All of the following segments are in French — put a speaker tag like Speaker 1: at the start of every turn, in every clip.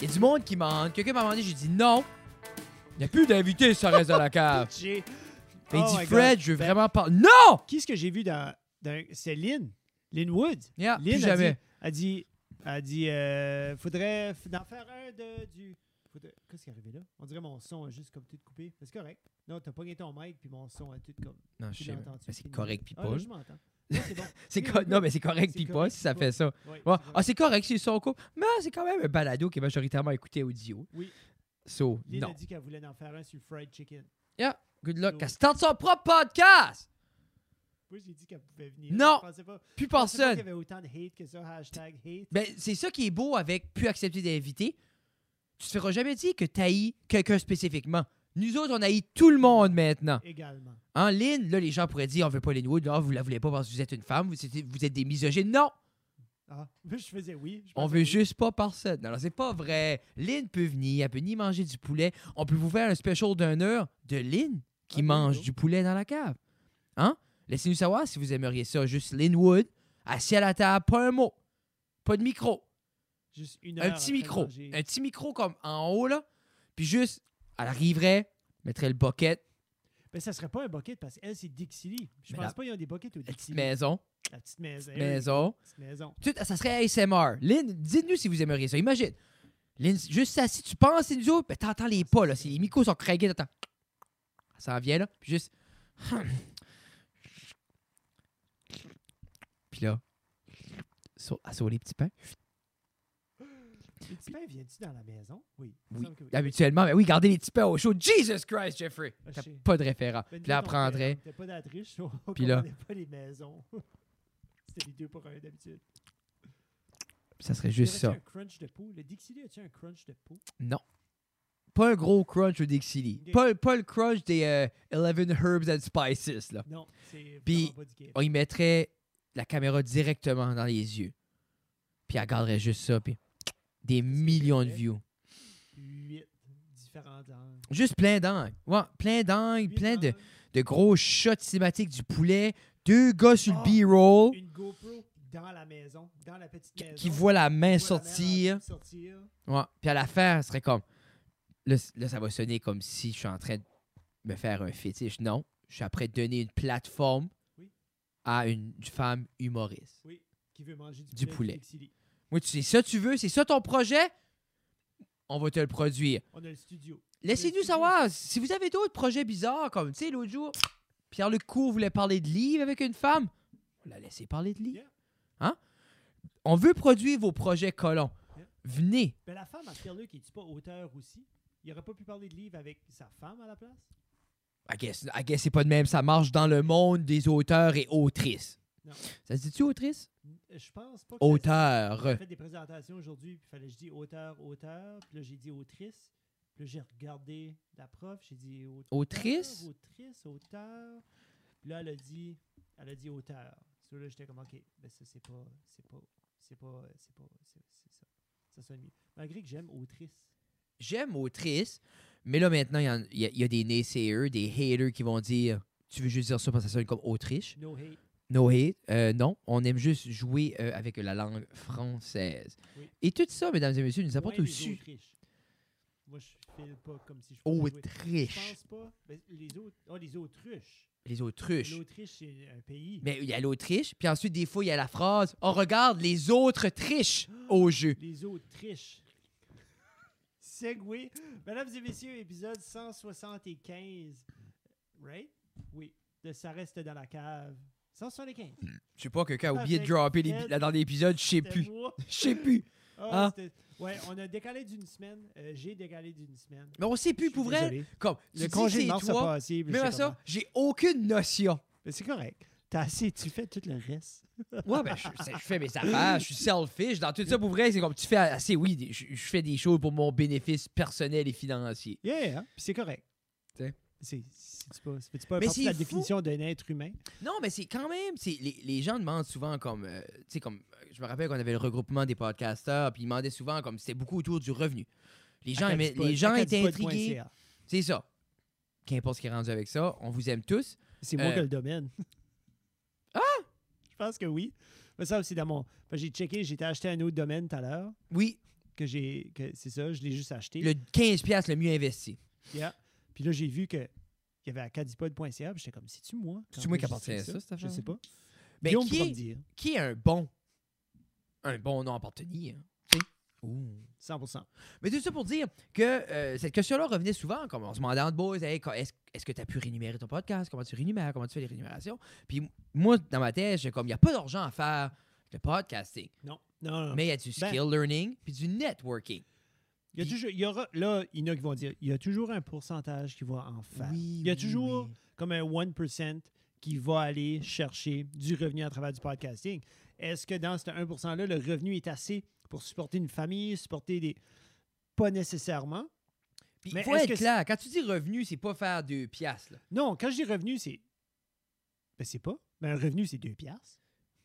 Speaker 1: Il y a du monde qui demande. Quelqu'un m'a demandé, j'ai dit non. Il n'y a plus d'invités sur Reste à la cave.
Speaker 2: J'ai-
Speaker 1: Ben,
Speaker 2: Oh
Speaker 1: il
Speaker 2: my
Speaker 1: dit Fred,
Speaker 2: God.
Speaker 1: je veux
Speaker 2: Ben,
Speaker 1: vraiment pas. Non!
Speaker 2: Qui est-ce que j'ai vu dans. dans- C'est Lynn. Lynn Wood.
Speaker 1: Yeah, Ah, plus
Speaker 2: Lynn a
Speaker 1: jamais.
Speaker 2: dit, a dit, a dit euh, faudrait f- en faire un de, du. faudrait- Qu'est-ce qui est arrivé là? On dirait mon son a juste comme tout coupé. C'est correct. Non, t'as pogné ton mic, puis mon son a tout comme.
Speaker 1: Non, je
Speaker 2: tu
Speaker 1: sais.
Speaker 2: l'as entendu,
Speaker 1: mais c'est
Speaker 2: puis-
Speaker 1: correct, puis
Speaker 2: Ah,
Speaker 1: pas.
Speaker 2: là, je m'entends. Là, c'est bon.
Speaker 1: C'est
Speaker 2: Oui,
Speaker 1: co-
Speaker 2: oui,
Speaker 1: Non,
Speaker 2: oui.
Speaker 1: mais c'est correct,
Speaker 2: C'est
Speaker 1: puis pas
Speaker 2: correct,
Speaker 1: si ça
Speaker 2: puis
Speaker 1: fait
Speaker 2: pas.
Speaker 1: ça.
Speaker 2: Ouais,
Speaker 1: Ouais.
Speaker 2: c'est
Speaker 1: Ah,
Speaker 2: correct.
Speaker 1: c'est correct, c'est son couple. Mais c'est quand même un balado qui est majoritairement écouté audio.
Speaker 2: Oui.
Speaker 1: So,
Speaker 2: Lynn a
Speaker 1: non.
Speaker 2: dit qu'elle voulait en faire un sur fried chicken.
Speaker 1: Yeah, good luck.
Speaker 2: No.
Speaker 1: Elle se tente son propre podcast!
Speaker 2: Moi, j'ai dit qu'elle pouvait venir.
Speaker 1: Non.
Speaker 2: Je pensais pas. je
Speaker 1: Plus
Speaker 2: pensais pas qu'il
Speaker 1: personne.
Speaker 2: y avait autant de hate que ça, hashtag hate.
Speaker 1: Ben, c'est ça qui est beau avec plus accepter d'inviter. Tu te feras jamais dire que t'haïs quelqu'un spécifiquement. Nous autres, on haït tout le monde maintenant.
Speaker 2: Également.
Speaker 1: En ligne, là, les gens pourraient dire on veut pas les Wood, là, vous la voulez pas parce que vous êtes une femme, vous, êtes- vous êtes des misogynes. Non!
Speaker 2: Ah, moi, je faisais oui. je
Speaker 1: On
Speaker 2: pensais
Speaker 1: veut
Speaker 2: oui.
Speaker 1: juste pas personne. Non, non, c'est pas vrai. Lynn peut venir, elle peut ni manger du poulet. On peut vous faire un special d'une heure de Lynn qui
Speaker 2: Ah, there you
Speaker 1: mange
Speaker 2: go.
Speaker 1: du poulet dans la cave. Hein? Laissez-nous savoir si vous aimeriez ça. Juste Lynn Wood, assis à la table, pas un mot, pas de micro.
Speaker 2: Juste une
Speaker 1: un
Speaker 2: heure
Speaker 1: petit
Speaker 2: après
Speaker 1: micro.
Speaker 2: manger.
Speaker 1: Un petit micro comme en haut, là. Puis juste, elle arriverait, mettrait le bucket,
Speaker 2: Mais Ben, ça serait pas un bucket parce qu'elle, c'est Dixili. Je
Speaker 1: Mais
Speaker 2: pense
Speaker 1: la-
Speaker 2: pas qu'il y a des buckets au
Speaker 1: la petite
Speaker 2: Dixili.
Speaker 1: maison,
Speaker 2: La petite maison. Eh
Speaker 1: maison.
Speaker 2: La petite maison.
Speaker 1: Tout- ça serait ASMR. Lynn, dites-nous si vous aimeriez ça. Imagine. Lynn, juste ça, si tu penses, c'est nous autres, ben, t'entends les pas, là. Si les micros sont craqués, t'entends. Ça en vient, là. Puis juste. Puis là. Sur, ah, sur les petits pains.
Speaker 2: Le petit pain vient-tu dans la maison? Oui. Ben, il me
Speaker 1: Oui.
Speaker 2: semble que
Speaker 1: Habituellement, mais oui, gardez les petits pains au chaud. Jesus Christ, Jeffrey.
Speaker 2: Ah, je
Speaker 1: T'as
Speaker 2: sais.
Speaker 1: pas de référent.
Speaker 2: Ben, nous
Speaker 1: Puis là, elle
Speaker 2: autres, on était-
Speaker 1: prendrait.
Speaker 2: on était pas dans la triche, so on
Speaker 1: Puis là-
Speaker 2: comprenait pas les maisons. C'était les deux pour un d'habitude. euh,
Speaker 1: Ça serait juste
Speaker 2: Y aurait-tu
Speaker 1: ça.
Speaker 2: un crunch de peau? Le Dixili, a-tu un crunch de peau?
Speaker 1: Pas un gros crunch au Dixili.
Speaker 2: Ok.
Speaker 1: Pas, pas le crunch des euh, 11 Herbs and Spices, là.
Speaker 2: Non, c'est
Speaker 1: Puis-
Speaker 2: vraiment pas du game.
Speaker 1: on y mettrait la caméra directement dans les yeux. Puis elle garderait juste ça, puis des millions de
Speaker 2: vrai.
Speaker 1: views.
Speaker 2: Huit différentes angles.
Speaker 1: Juste plein d'angles. Ouais, plein d'angles,
Speaker 2: Huit
Speaker 1: plein de,
Speaker 2: angles,
Speaker 1: de gros shots cinématiques du poulet, deux gars sur le
Speaker 2: Ah,
Speaker 1: B-roll
Speaker 2: Une GoPro dans la maison, dans la petite
Speaker 1: qui-
Speaker 2: maison.
Speaker 1: qui voient la main
Speaker 2: voit la mère
Speaker 1: sortir.
Speaker 2: sortir.
Speaker 1: Ouais. Puis à la fin, ce serait comme. Là, c- là, ça va sonner comme si je suis en train de me faire un fétiche. Non, je suis après de donner une plateforme
Speaker 2: Oui.
Speaker 1: à une femme humoriste.
Speaker 2: Oui, qui veut manger du,
Speaker 1: Du poulet.
Speaker 2: Dixili.
Speaker 1: Moi, tu sais ça, tu veux, c'est ça ton projet, on va te le produire.
Speaker 2: On a le studio.
Speaker 1: Laissez-nous
Speaker 2: Laissez-nous.
Speaker 1: savoir si vous avez d'autres projets bizarres, comme, tu sais, l'autre jour, Pierre-Luc Cour voulait parler de livres avec une femme. On l'a laissé parler de livres.
Speaker 2: Yeah.
Speaker 1: Hein? On veut produire vos projets colons.
Speaker 2: Yeah.
Speaker 1: Venez.
Speaker 2: Mais la femme à Pierre-Luc, est-tu pas auteur aussi? Il aurait pas pu parler de livre avec sa femme à la place?
Speaker 1: I guess, I guess c'est pas de même, ça marche dans le monde des auteurs et autrices.
Speaker 2: Non.
Speaker 1: Ça se dit-tu autrice?
Speaker 2: Je pense pas que ça- J'ai
Speaker 1: Auteur.
Speaker 2: fait des présentations aujourd'hui, puis fallait que je dise auteur, auteur, puis là j'ai dit autrice. Puis là j'ai regardé la prof, j'ai dit auteur,
Speaker 1: Autrice?
Speaker 2: Autrice, auteur. Puis là elle a dit elle a dit auteur. So là j'étais comme OK, ben ça c'est pas c'est pas c'est pas c'est pas c'est c'est ça. Ça sonne mieux. Malgré que j'aime autrice.
Speaker 1: J'aime autrice, mais là maintenant, il y en- il y, a- il y a des naysayers, des haters qui vont dire Tu veux juste dire ça parce que ça sonne comme Autriche.
Speaker 2: No hate.
Speaker 1: No hate. Euh, non, on aime juste jouer euh, avec la langue française.
Speaker 2: Oui.
Speaker 1: Et tout ça, mesdames et messieurs, nous apporte
Speaker 2: Point des
Speaker 1: aussi Oh,
Speaker 2: Autriches. Moi je file pas comme si je pouvais jouer. Je
Speaker 1: Autriche.
Speaker 2: pense pas. Ben, les autres oh les autruches.
Speaker 1: Les autruches.
Speaker 2: L'Autriche c'est un pays.
Speaker 1: Mais il y a l'Autriche, puis ensuite, des fois, il y a la phrase On regarde les autres trichent au jeu.
Speaker 2: Les Autriches. Segway. Mesdames et messieurs, épisode 175. Right? Oui. De Ça reste dans la cave. 175.
Speaker 1: Je sais pas, quelqu'un a oublié de
Speaker 2: Avec
Speaker 1: dropper les-
Speaker 2: Ah, ben, Fred,
Speaker 1: là, dans l'épisode, je sais
Speaker 2: C'était
Speaker 1: plus.
Speaker 2: moi.
Speaker 1: Je sais plus.
Speaker 2: Ah,
Speaker 1: Hein?
Speaker 2: c'était- Ouais, on a décalé d'une semaine. Euh, J'ai décalé d'une semaine.
Speaker 1: Mais on sait plus pour vrai.
Speaker 2: Désolé.
Speaker 1: Comme, tu
Speaker 2: Le
Speaker 1: dis,
Speaker 2: congé
Speaker 1: c'est
Speaker 2: de mars a
Speaker 1: toi.
Speaker 2: passé. puis
Speaker 1: Même à
Speaker 2: j'étais comme,
Speaker 1: ça, j'ai aucune notion.
Speaker 2: ah, mais C'est correct. T'as assez, tu fais tout le reste.
Speaker 1: Ouais, ben, je, je fais mes affaires, je suis selfish. Dans tout ça, pour vrai, c'est comme tu fais assez, oui, des- je, je fais des choses pour mon bénéfice personnel et financier.
Speaker 2: Yeah, hein? puis c'est correct.
Speaker 1: T'sais.
Speaker 2: C'est c'est-tu pas, c'est pas
Speaker 1: Mais
Speaker 2: partie
Speaker 1: c'est
Speaker 2: de la
Speaker 1: fou.
Speaker 2: définition d'un être humain.
Speaker 1: Non, mais c'est quand même. c'est- Les, les gens demandent souvent comme. euh, tu sais, comme. euh, Je me rappelle qu'on avait le regroupement des podcasteurs, puis ils demandaient souvent comme. C'était beaucoup autour du revenu. Les gens, aimaient- les gens étaient intrigués.
Speaker 2: Acadipod.ca.
Speaker 1: C'est ça. Qu'importe ce qui est rendu avec ça, on vous aime tous.
Speaker 2: C'est moi
Speaker 1: Euh, Ah!
Speaker 2: qui ai le domaine. ah! ben, Je pense que oui. Mais ça aussi, dans mon. parce que J'ai checké, j'ai acheté un autre domaine tout à l'heure.
Speaker 1: Oui,
Speaker 2: que j'ai. que C'est ça, je l'ai juste acheté.
Speaker 1: Le 15$ le mieux investi.
Speaker 2: Yeah. Puis là, j'ai vu que il y avait acadipod.ca. puis J'étais comme, c'est-tu moi?
Speaker 1: C'est-tu moi qui
Speaker 2: appartient
Speaker 1: appartenais à ça, cette
Speaker 2: Je
Speaker 1: affaire-là?
Speaker 2: sais pas.
Speaker 1: Mais
Speaker 2: Guillaume
Speaker 1: qui
Speaker 2: pourra me
Speaker 1: est,
Speaker 2: dire.
Speaker 1: qui est un bon un bon nom à portenir? hein, tu sais? Ouh.
Speaker 2: 100%.
Speaker 1: Mais tout ça pour dire que euh, cette question-là revenait souvent, comme on se demandait entre boys, Hey, co- est-ce est-ce que tu as pu rémunérer ton podcast? Comment tu rémunères? Comment tu fais les rémunérations? Puis m- moi, dans ma tête, j'ai comme, il n'y a pas d'argent à faire avec le podcasting,
Speaker 2: Non. Non, non, non.
Speaker 1: mais il y a du
Speaker 2: Ben-
Speaker 1: skill learning puis du networking.
Speaker 2: il y a
Speaker 1: puis-
Speaker 2: toujours. il y aura, là, il y en a qui vont dire, il y a toujours un pourcentage qui va en faire. il y a toujours comme un 1% qui va aller chercher du revenu à travers du podcasting. Est-ce que dans ce 1%-là, le revenu est assez pour supporter une famille, supporter des. Pas nécessairement.
Speaker 1: Puis
Speaker 2: Mais
Speaker 1: faut
Speaker 2: est-ce
Speaker 1: être
Speaker 2: que c'est-
Speaker 1: clair, quand tu dis revenu, c'est pas faire deux piastres. là.
Speaker 2: Non, quand je dis revenu, c'est. Ben, c'est pas. Ben, un revenu, c'est 2 piastres.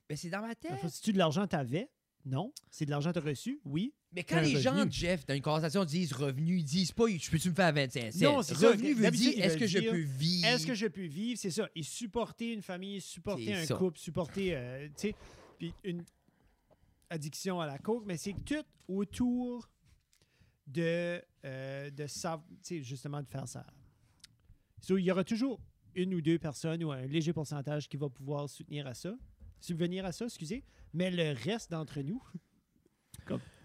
Speaker 1: Mais c'est dans ma
Speaker 2: Dans
Speaker 1: tête.
Speaker 2: le fond, C'est-tu de l'argent que t'avais? Non. C'est de l'argent que t'as reçu? Oui.
Speaker 1: Mais
Speaker 2: c'est
Speaker 1: quand
Speaker 2: un
Speaker 1: les gens,
Speaker 2: revenu.
Speaker 1: Jeff, dans une conversation, disent revenu, ils disent pas, je peux-tu me faire 25 cents?
Speaker 2: Non, c'est ça.
Speaker 1: revenu veut
Speaker 2: D'habitude,
Speaker 1: dire,
Speaker 2: ils
Speaker 1: est-ce que
Speaker 2: veulent
Speaker 1: je
Speaker 2: dire,
Speaker 1: peux vivre?
Speaker 2: Est-ce que je peux vivre? C'est ça. Et supporter une famille, supporter
Speaker 1: C'est
Speaker 2: un
Speaker 1: ça.
Speaker 2: couple, supporter, euh, tu sais, puis une addiction à la coke. Mais c'est tout autour de, euh, de sav- tu sais, justement, de faire ça. So, il y aura toujours une ou deux personnes ou un léger pourcentage qui va pouvoir soutenir à ça, subvenir à ça, excusez. Mais le reste d'entre nous,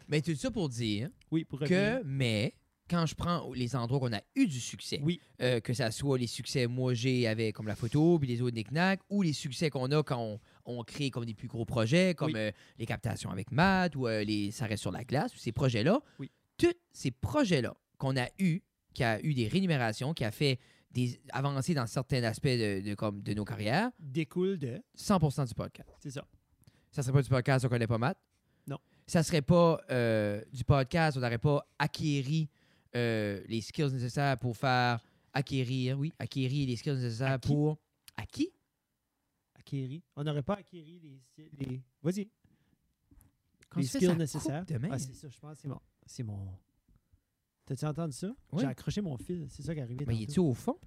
Speaker 1: Mais tout ça pour dire
Speaker 2: oui, pour revenir.
Speaker 1: que, mais, quand je prends les endroits qu'on a eu du succès,
Speaker 2: Oui.
Speaker 1: euh, que ça soit les succès moi j'ai avec comme la photo, puis les autres knick-knack, ou les succès qu'on a quand on, on crée comme des plus gros projets, comme
Speaker 2: Oui.
Speaker 1: euh, les captations avec Matt, ou euh, les Ça reste sur la glace, ou ces projets-là,
Speaker 2: Oui.
Speaker 1: tous ces projets-là qu'on a eu, qui a eu des rémunérations, qui a fait des avancées dans certains aspects de, de comme, de nos carrières,
Speaker 2: découle de,
Speaker 1: 100% du podcast.
Speaker 2: c'est ça,
Speaker 1: Ça serait pas du podcast, on connaît pas Matt.
Speaker 2: Non.
Speaker 1: Ça serait pas euh, du podcast, on n'aurait pas acquéri euh, les skills nécessaires pour faire acquérir, oui, acquérir les skills nécessaires
Speaker 2: Acquis.
Speaker 1: pour acquis.
Speaker 2: acquérir. On n'aurait pas acquéri les... les... Vas-y.
Speaker 1: Quand
Speaker 2: les
Speaker 1: tu fais
Speaker 2: skills
Speaker 1: ça,
Speaker 2: nécessaires.
Speaker 1: coupe de même.
Speaker 2: Ah, c'est ça, je pense. C'est mon. C'est mon. T'as-tu entendu ça?
Speaker 1: Oui.
Speaker 2: J'ai accroché mon fil. C'est ça qui est arrivé.
Speaker 1: Mais il est-tu au fond?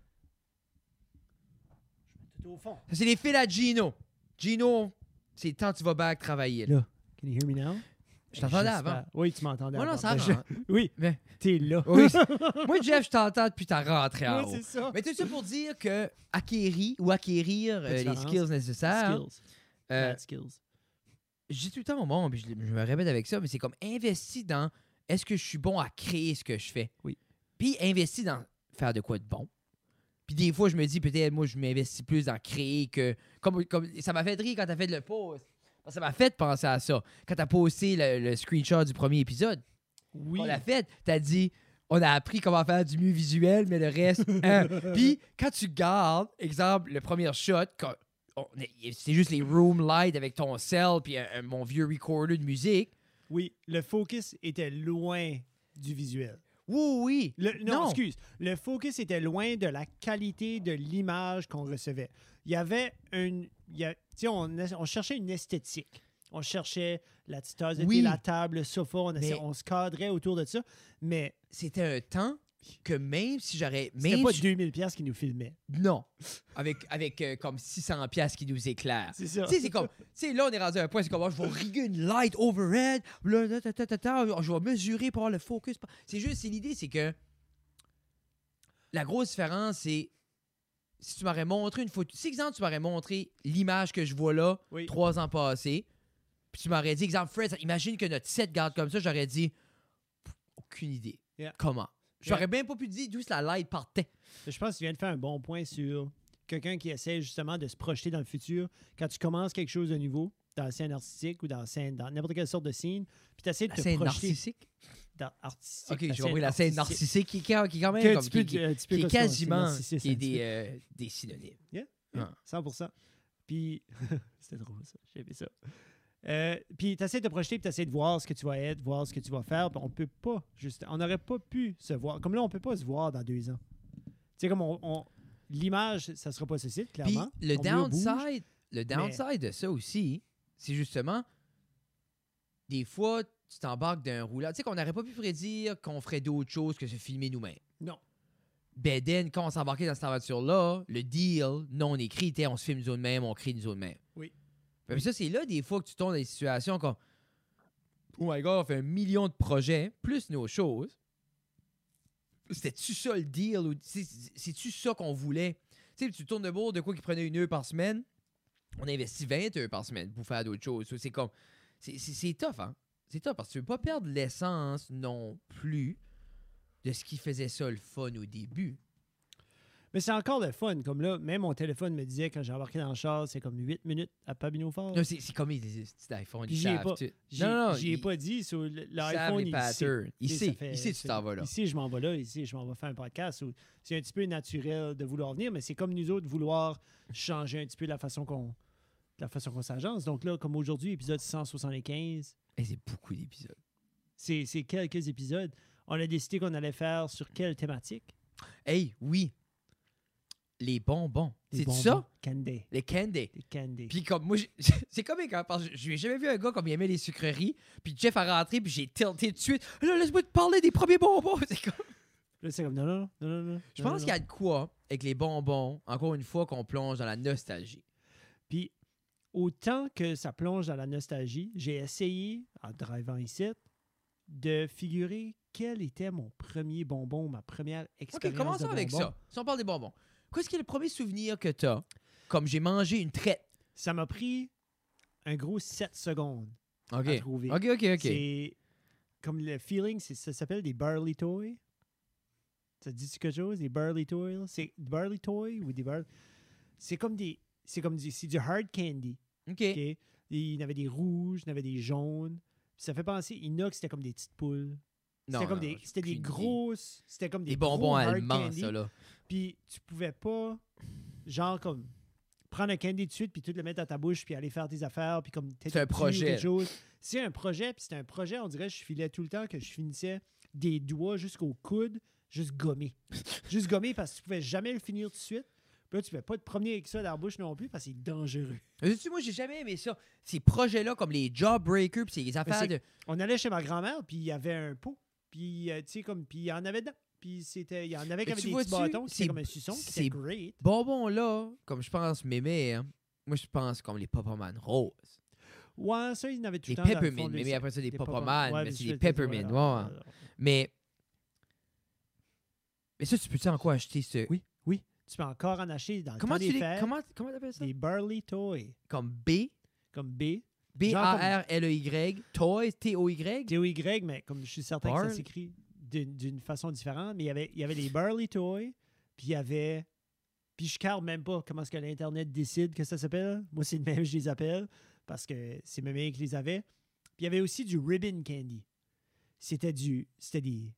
Speaker 2: tout au fond.
Speaker 1: Ça, c'est les fils à Gino. Gino, c'est le temps que tu vas back travailler. là.
Speaker 2: Là. Can you hear me now?
Speaker 1: Je t'entendais
Speaker 2: J'espère.
Speaker 1: avant.
Speaker 2: Oui, tu m'entendais
Speaker 1: Moi,
Speaker 2: avant.
Speaker 1: non, ça
Speaker 2: Ben,
Speaker 1: rentre.
Speaker 2: je- Oui,
Speaker 1: Mais- Oh,
Speaker 2: t'es là.
Speaker 1: Oui, c'est- Moi, Jeff, je t'entends depuis ta rentrée en
Speaker 2: Oui,
Speaker 1: haut.
Speaker 2: c'est ça.
Speaker 1: Mais tout ça pour dire que acquérir ou acquérir
Speaker 2: Pas
Speaker 1: euh,
Speaker 2: de
Speaker 1: les
Speaker 2: différence.
Speaker 1: skills nécessaires,
Speaker 2: skills.
Speaker 1: euh,
Speaker 2: Bad skills.
Speaker 1: je dis tout le temps au monde, puis je, le- je me répète avec ça, mais c'est comme investi dans est-ce que je suis bon à créer ce que je fais.
Speaker 2: Oui.
Speaker 1: Puis investi dans faire de quoi de bon. Puis des fois, je me dis peut-être, moi, je m'investis plus dans créer que. Comme, comme ça m'a fait rire quand t'as fait le post. Ça m'a fait penser à ça. Quand t'as posté le, le screenshot du premier épisode,
Speaker 2: Oui.
Speaker 1: on l'a fait, t'as dit. On a appris comment faire du mieux visuel, mais le reste, hein.
Speaker 2: Uh-huh.
Speaker 1: Puis, quand tu gardes, exemple, le premier shot, quand- on- c'est juste les room lights avec ton cell puis un- un- mon vieux recorder de musique.
Speaker 2: Oui, le focus était loin du visuel.
Speaker 1: Oui, oui.
Speaker 2: Le- non,
Speaker 1: Non.
Speaker 2: excuse. Le focus était loin de la qualité de l'image qu'on recevait. Il y avait une. il y a- tu sais, on, es- on cherchait une esthétique. On cherchait la petite tasse de thé,
Speaker 1: Oui.
Speaker 2: la table, le sofa. On, essayait-
Speaker 1: Mais-
Speaker 2: on se cadrait autour de ça. Mais
Speaker 1: C'était un temps que même si j'aurais.
Speaker 2: c'était
Speaker 1: Même
Speaker 2: pas
Speaker 1: si-
Speaker 2: 2000 pièces qui nous filmaient.
Speaker 1: Non. Avec, avec euh, comme 600 pièces qui nous éclairent.
Speaker 2: C'est ça.
Speaker 1: Tu sais, c'est comme, tu sais, là, on est rendu à un point, c'est comme, oh, je vais riguer une light overhead, là, là, ta, ta, ta, ta, je vais mesurer pour avoir le focus. C'est juste, c'est l'idée, c'est que la grosse différence, c'est si tu m'aurais montré une photo, si, exemple, tu m'aurais montré l'image que je vois là,
Speaker 2: Oui.
Speaker 1: trois ans passés, puis tu m'aurais dit, exemple, Fred, imagine que notre set garde comme ça, j'aurais dit, Pff, aucune idée.
Speaker 2: Yeah.
Speaker 1: Comment?
Speaker 2: Yeah.
Speaker 1: J'aurais même pas pu dire d'où la light partait.
Speaker 2: Je pense que tu viens de faire un bon point sur quelqu'un qui essaie justement de se projeter dans le futur. Quand tu commences quelque chose de nouveau, dans la scène artistique ou dans la scène- dans n'importe quelle sorte de scène, puis tu essaies de
Speaker 1: La
Speaker 2: te
Speaker 1: scène
Speaker 2: projeter
Speaker 1: narcissique.
Speaker 2: dans artistique.
Speaker 1: Ok, j'ai compris la scène
Speaker 2: artistique.
Speaker 1: narcissique qui, qui, qui est quand même
Speaker 2: Que
Speaker 1: comme-
Speaker 2: tu peux-
Speaker 1: qui- qui-
Speaker 2: euh, tu peux
Speaker 1: qui est
Speaker 2: cautionner,
Speaker 1: quasiment
Speaker 2: c'est
Speaker 1: qui est
Speaker 2: narcissiste,
Speaker 1: des,
Speaker 2: hein,
Speaker 1: euh, des synonymes.
Speaker 2: tu peux-
Speaker 1: ah.
Speaker 2: 100%. Puis, c'était drôle ça, j'ai aimé ça. Euh, puis, tu essaies de te projeter, puis tu essaies de voir ce que tu vas être, voir ce que tu vas faire. puis on peut pas, juste, on n'aurait pas pu se voir. Comme là, on peut pas se voir dans deux ans. Tu sais, comme on, on- l'image, ça sera pas ceci,
Speaker 1: Puis
Speaker 2: clairement.
Speaker 1: le
Speaker 2: Ton mur bouge.
Speaker 1: downside, le downside de ça aussi, c'est justement des fois tu t'embarques d'un roulant. Tu sais qu'on n'aurait pas pu prédire qu'on ferait d'autres choses que se filmer nous-mêmes.
Speaker 2: Non.
Speaker 1: Beden, quand on s'embarquait dans cette aventure-là, le deal non écrit était on se filme nous-mêmes, on crée nous-mêmes.
Speaker 2: Oui.
Speaker 1: Mais ça, c'est là des fois que tu tombes dans des situations comme Oh my god, on fait un million de projets, plus nos choses. C'était-tu ça le deal? ou c'est- c'est- C'est-tu ça qu'on voulait? Tu sais, tu tournes de bord de quoi qui prenait une heure par semaine. On investit 20 heures par semaine pour faire d'autres choses. So, C'est comme. C'est c'est- c'est tough, hein? C'est tough parce que tu veux pas perdre l'essence non plus de ce qui faisait ça le fun au début.
Speaker 2: Mais c'est encore le fun. Comme là, même mon téléphone me disait quand j'ai embarqué dans le char, c'est comme 8 minutes à Pabineau Fort.
Speaker 1: Non, c'est c'est comme ils disent, c'est iPhone,
Speaker 2: Puis
Speaker 1: ils
Speaker 2: j'y ai
Speaker 1: savent
Speaker 2: pas-
Speaker 1: tout.
Speaker 2: J'ai-
Speaker 1: Non, non,
Speaker 2: J'y ai
Speaker 1: ils-
Speaker 2: pas dit. Sur l-
Speaker 1: Ils savent
Speaker 2: l'iPhone,
Speaker 1: les
Speaker 2: il sait.
Speaker 1: patterns. Il
Speaker 2: Tu
Speaker 1: sait,
Speaker 2: ça fait-
Speaker 1: il sait que tu
Speaker 2: c'est-
Speaker 1: t'en vas là.
Speaker 2: Ici, je m'en vais là. Ici, je m'en vais faire un podcast. ou- C'est un petit peu naturel de vouloir venir, mais c'est comme nous autres vouloir changer un petit peu la façon qu'on la façon qu'on s'agence. Donc là, comme aujourd'hui, épisode 175,
Speaker 1: Et c'est beaucoup d'épisodes.
Speaker 2: c'est c'est quelques épisodes. On a décidé qu'on allait faire sur quelle thématique?
Speaker 1: Hey, oui. Les bonbons.
Speaker 2: Des
Speaker 1: C'est
Speaker 2: bonbons
Speaker 1: ça?
Speaker 2: Candy.
Speaker 1: Les candy.
Speaker 2: Des candy.
Speaker 1: Puis comme moi, j'ai- c'est comique, hein, parce que je n'ai jamais vu un gars comme il aimait les sucreries. Puis Jeff a rentré, puis j'ai tilté tout de suite. Là, laisse-moi te parler des premiers bonbons. C'est comme-
Speaker 2: Là, c'est comme non, non, non, non, non.
Speaker 1: Je
Speaker 2: non,
Speaker 1: pense
Speaker 2: non,
Speaker 1: qu'il y a de quoi avec les bonbons, encore une fois, qu'on plonge dans la nostalgie.
Speaker 2: Puis, autant que ça plonge dans la nostalgie, j'ai essayé, en drivant ici, de figurer quel était mon premier bonbon, ma première
Speaker 1: OK,
Speaker 2: expérience.
Speaker 1: commençons
Speaker 2: de
Speaker 1: avec
Speaker 2: bonbon.
Speaker 1: ça. Si on parle des bonbons, qu'est-ce qui est le premier souvenir que tu as? Comme j'ai mangé une traite.
Speaker 2: Ça m'a pris un gros 7 secondes
Speaker 1: OK.
Speaker 2: à trouver.
Speaker 1: OK, OK, OK.
Speaker 2: C'est comme le feeling, c'est- ça s'appelle des Barley Toys. Ça te dit quelque chose, des Barley Toys? C'est Barley Toy ou des Barley... C'est comme des... C'est comme du, c'est du hard candy.
Speaker 1: OK.
Speaker 2: OK? Il y en avait des rouges, il y en avait des jaunes. Puis ça fait penser, Inox, c'était comme des petites poules.
Speaker 1: Non,
Speaker 2: C'était comme
Speaker 1: non,
Speaker 2: des,
Speaker 1: j'ai
Speaker 2: c'était des
Speaker 1: aucune idée.
Speaker 2: grosses. C'était comme des,
Speaker 1: Des bonbons
Speaker 2: gros hard
Speaker 1: allemands,
Speaker 2: candy.
Speaker 1: ça, là.
Speaker 2: Puis tu pouvais pas, genre, comme prendre un candy de suite, puis tout le mettre dans ta bouche, puis aller faire tes affaires, puis comme
Speaker 1: C'est un projet.
Speaker 2: C'est un projet, puis c'était un projet, on dirait, je filais tout le temps que je finissais des doigts jusqu'au coude, juste gommé. juste gommé parce que tu pouvais jamais le finir tout de suite. Puis là, tu pouvais pas te promener avec ça dans la bouche non plus parce que c'est dangereux.
Speaker 1: Mais sais-tu, moi, j'ai jamais aimé ça. Ces projets-là, comme les Jawbreakers, puis ces affaires
Speaker 2: c'est-
Speaker 1: de.
Speaker 2: on allait chez ma grand-mère, puis il y avait un pot, puis euh, tu sais, comme, puis il y en avait dedans. Puis c'était, il y en avait
Speaker 1: Mais
Speaker 2: avec
Speaker 1: tu
Speaker 2: des
Speaker 1: vois-tu,
Speaker 2: petits bâtons,
Speaker 1: c'est-
Speaker 2: c'était comme un suçon, qui
Speaker 1: c'est-
Speaker 2: était great.
Speaker 1: Bonbons-là, comme je pense, mémé, hein, moi, je pense comme les Popoman roses.
Speaker 2: Ouais, ça, il y en avait tout
Speaker 1: Les
Speaker 2: le temps. dans le fond
Speaker 1: Peppermint,
Speaker 2: de
Speaker 1: mémé,
Speaker 2: l'école.
Speaker 1: après ça, des
Speaker 2: Des
Speaker 1: Popoman,
Speaker 2: ouais,
Speaker 1: mais
Speaker 2: des
Speaker 1: c'est des
Speaker 2: espèces de-
Speaker 1: Peppermint
Speaker 2: voilà,
Speaker 1: noirs.
Speaker 2: voilà.
Speaker 1: Mais. Mais ça, tu peux-tu en quoi acheter ce.
Speaker 2: Oui, oui. Tu peux encore en acheter dans le
Speaker 1: Comment
Speaker 2: temps
Speaker 1: tu
Speaker 2: des
Speaker 1: les.
Speaker 2: fêtes.
Speaker 1: Comment, comment t'appelles ça?
Speaker 2: Des Burley Toy,
Speaker 1: Comme B.
Speaker 2: comme B.
Speaker 1: E B-A-R-L-E-Y. Toy. T-O-Y.
Speaker 2: T-O-Y, mais comme je suis certain que
Speaker 1: Barley.
Speaker 2: ça s'écrit d'une d'une façon différente, mais il y avait, il y avait les Burley Toy, puis il y avait... Puis je carre même pas comment est-ce que l'Internet décide que ça s'appelle. Moi, c'est le même, je les appelle, parce que c'est mes mecs qui les avaient. Puis il y avait aussi du ribbon candy. C'était du... C'était des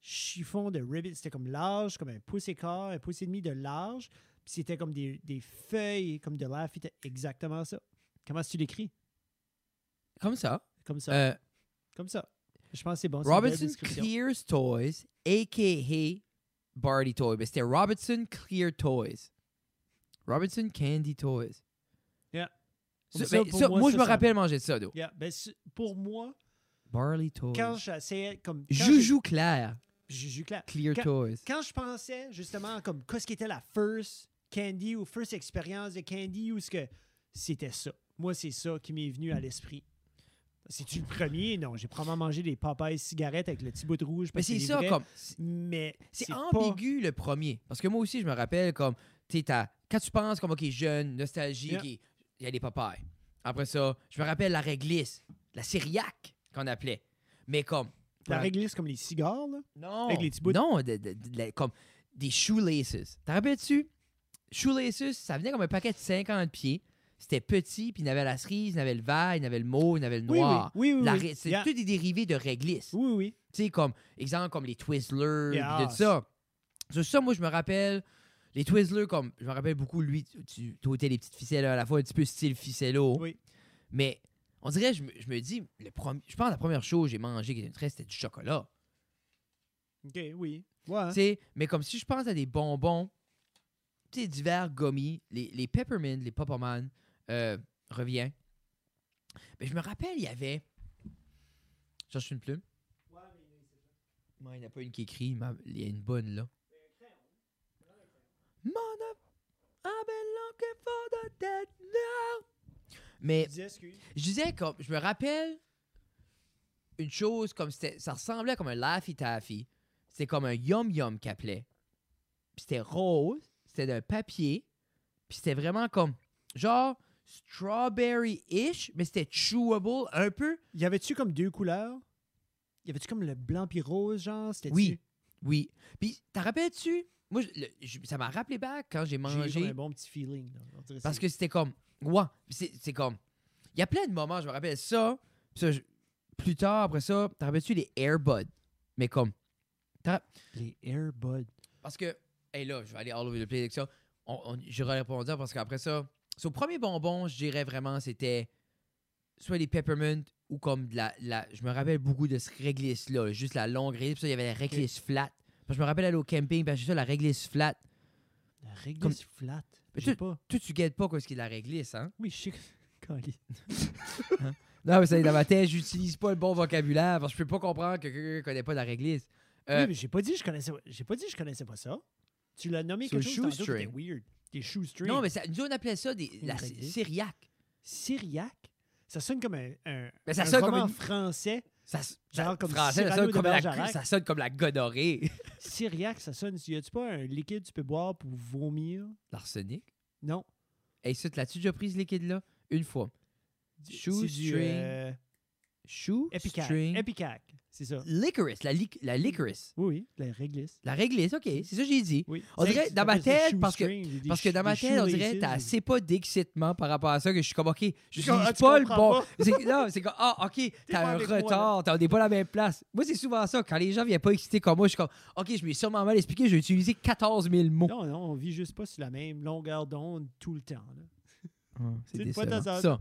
Speaker 2: chiffons de ribbon. C'était comme large, comme un pouce et quart, un pouce et demi de large. Puis c'était comme des, des feuilles, comme de l'air. C'était exactement ça. Comment est-ce que tu l'écris?
Speaker 1: Comme ça.
Speaker 2: Comme ça.
Speaker 1: Euh,
Speaker 2: Comme ça. Je pense que c'est bon. c'est une belle
Speaker 1: Robinson
Speaker 2: description.
Speaker 1: Clears Toys, a.k.a. Barty Toy. Mais c'était Robinson Clear Toys. Robinson Candy Toys.
Speaker 2: Yeah.
Speaker 1: Ça,
Speaker 2: Ça,
Speaker 1: ben,
Speaker 2: pour
Speaker 1: ça, moi,
Speaker 2: moi,
Speaker 1: je
Speaker 2: ça,
Speaker 1: me
Speaker 2: ça-
Speaker 1: rappelle manger ça, d'eau.
Speaker 2: Yeah, ben, c'est- pour moi,
Speaker 1: Barley Toys.
Speaker 2: quand j'essayais comme. quand
Speaker 1: Joujou Claire,
Speaker 2: j'ai- Juju clair.
Speaker 1: Clear Toys.
Speaker 2: Quand je pensais justement comme qu'est-ce qui était la first candy ou first expérience de candy ou ce que c'était ça. Moi, c'est ça qui m'est venu à l'esprit. C'est-tu le premier? Non, j'ai probablement mangé des Popeyes cigarettes avec le petit bout de rouge.
Speaker 1: Mais
Speaker 2: parce que
Speaker 1: c'est
Speaker 2: des
Speaker 1: ça,
Speaker 2: vrais,
Speaker 1: comme. c'est-
Speaker 2: Mais
Speaker 1: C'est
Speaker 2: pas-
Speaker 1: ambigu le premier. Parce que moi aussi, je me rappelle comme. Tu sais, t'as- quand tu penses comme, OK, jeune, nostalgie,
Speaker 2: Yeah.
Speaker 1: OK, il y a des papayes. Après ça, je me rappelle la réglisse, la syriaque qu'on appelait. Mais comme.
Speaker 2: La réglisse comme les cigares, là.
Speaker 1: Non.
Speaker 2: Avec les petits bouts.
Speaker 1: Non, de- de- de- de- comme des shoelaces. T'en rappelles-tu? Shoelaces, ça venait comme un paquet de 50 pieds. C'était petit, puis il y en avait la cerise, il y en avait le vert, il y en avait le mauve, il y en avait le
Speaker 2: Oui, oui,
Speaker 1: noir.
Speaker 2: Oui, oui,
Speaker 1: La
Speaker 2: oui.
Speaker 1: ré- C'est
Speaker 2: Yeah.
Speaker 1: tous des dérivés de réglisse.
Speaker 2: Oui, oui.
Speaker 1: Tu sais, comme, exemple, comme les Twizzlers,
Speaker 2: Yeah.
Speaker 1: puis tout ça. Sur ça, moi, je me rappelle, les Twizzlers, comme, je me rappelle beaucoup, lui, tu- tu ôtais les petites ficelles à la fois, un petit peu style ficello.
Speaker 2: Oui.
Speaker 1: Mais on dirait, je me, je me dis, le premier, je pense que la première chose que j'ai mangé qui était une traite, c'était du chocolat.
Speaker 2: OK, oui. Ouais. hein.
Speaker 1: Tu sais, mais comme si je pense à des bonbons, tu sais, divers gommis, les, les peppermint, les popoman, euh, revient. Mais je me rappelle, il y avait. Cherche une plume. Ouais, il n'y en a pas une qui écrit, ma- il y a une bonne là. Mon ap- I've been looking for the dead now. Mais
Speaker 2: Je dis excuse.
Speaker 1: je disais comme, je me rappelle une chose comme c'était. Ça ressemblait comme un Laffy Taffy. C'était comme un Yum Yum qui appelait. Puis c'était rose, c'était d'un papier. Puis c'était vraiment comme. Genre strawberry-ish, mais c'était chewable un peu.
Speaker 2: Y avait-tu comme deux couleurs? Y avait-tu comme le blanc puis rose, genre? C'était-tu-
Speaker 1: Oui, Oui. Puis, t'en rappelles-tu? Moi, je- le- je- ça m'a rappelé back quand j'ai
Speaker 2: J'ai eu comme
Speaker 1: mangé.
Speaker 2: un bon petit feeling. là. On dirait
Speaker 1: Parce que c'était comme. Ouais, c'est c'est comme. Il y a plein de moments, je me rappelle ça. puis ça, je- plus tard, après ça, t'en rappelles-tu les Airbuds? Mais comme.
Speaker 2: Les Airbuds.
Speaker 1: Parce que. Hé là, je vais aller all over the place avec ça. On, on, J'aurais répondu parce qu'après ça. Son premier bonbon, je dirais vraiment, c'était soit les peppermint ou comme de la, la- Je me rappelle beaucoup de ce réglisse-là, là, juste la longue réglisse. Puis ça, il y avait la réglisse flat. Parce que je me rappelle aller au camping, puis acheter ça, la réglisse flat.
Speaker 2: La réglisse flat.
Speaker 1: Mais
Speaker 2: Je sais pas.
Speaker 1: Toi, tu guettes pas quoi ce qui est de la réglisse, hein?
Speaker 2: Oui, je sais que- Caliste.
Speaker 1: Euh, Non, mais ça dans ma tête, j'utilise pas le bon vocabulaire parce que je peux pas comprendre que quelqu'un qui connaît pas la réglisse. Euh,
Speaker 2: oui, mais j'ai pas dit que je connaissais j'ai pas dit que je connaissais pas ça. Tu l'as nommé
Speaker 1: Sur
Speaker 2: quelque
Speaker 1: le
Speaker 2: chose tantôt qui
Speaker 1: shoestring.
Speaker 2: était weird. Des shoestrings.
Speaker 1: Non, mais ça, nous, on appelait ça des,
Speaker 2: Une
Speaker 1: la
Speaker 2: réglisse.
Speaker 1: syriaque.
Speaker 2: Syriaque, ça sonne comme un, un,
Speaker 1: Mais ça
Speaker 2: un
Speaker 1: sonne comme
Speaker 2: roman
Speaker 1: une-
Speaker 2: français.
Speaker 1: Ça, s-
Speaker 2: Genre
Speaker 1: ça-
Speaker 2: comme
Speaker 1: français, ça
Speaker 2: Cyrano
Speaker 1: sonne
Speaker 2: de
Speaker 1: comme, la,
Speaker 2: Bergerac.
Speaker 1: ça sonne comme la gonorrhée.
Speaker 2: Syriaque, ça sonne. Y a-tu pas un liquide que tu peux boire pour vomir?
Speaker 1: L'arsenic.
Speaker 2: Non.
Speaker 1: Et ça, l'as-tu déjà pris ce liquide-là? Une fois.
Speaker 2: Du-
Speaker 1: Shoestring.
Speaker 2: c'est du, euh,
Speaker 1: Chou,
Speaker 2: Epicac.
Speaker 1: string.
Speaker 2: Epicac, c'est ça.
Speaker 1: licorice, la, lic- la licorice.
Speaker 2: Oui, oui, la réglisse.
Speaker 1: La réglisse, ok, c'est ça que j'ai dit.
Speaker 2: Oui.
Speaker 1: On dirait, dans ma tête, parce que- Parce que dans ma tête, on dirait
Speaker 2: que
Speaker 1: t'as assez pas d'excitement par rapport à ça que je suis comme, OK, je suis
Speaker 2: Genre, ah,
Speaker 1: pas,
Speaker 2: tu
Speaker 1: le
Speaker 2: comprends
Speaker 1: bon. C'est- Non, c'est comme, ah, OK,
Speaker 2: pas
Speaker 1: t'as un
Speaker 2: avec moi, là.
Speaker 1: retard, t'en es pas à la même place. Moi, c'est souvent ça. Quand les gens viennent pas exciter comme moi, je suis comme, OK, je m'ai sûrement mal expliqué, j'ai utilisé 14 000 mots.
Speaker 2: Non, non, on vit juste pas sur la même longueur d'onde tout le temps. là.
Speaker 1: Ah, c'est
Speaker 2: C'est une fois de
Speaker 1: décevant.
Speaker 2: hasard.
Speaker 1: Ça.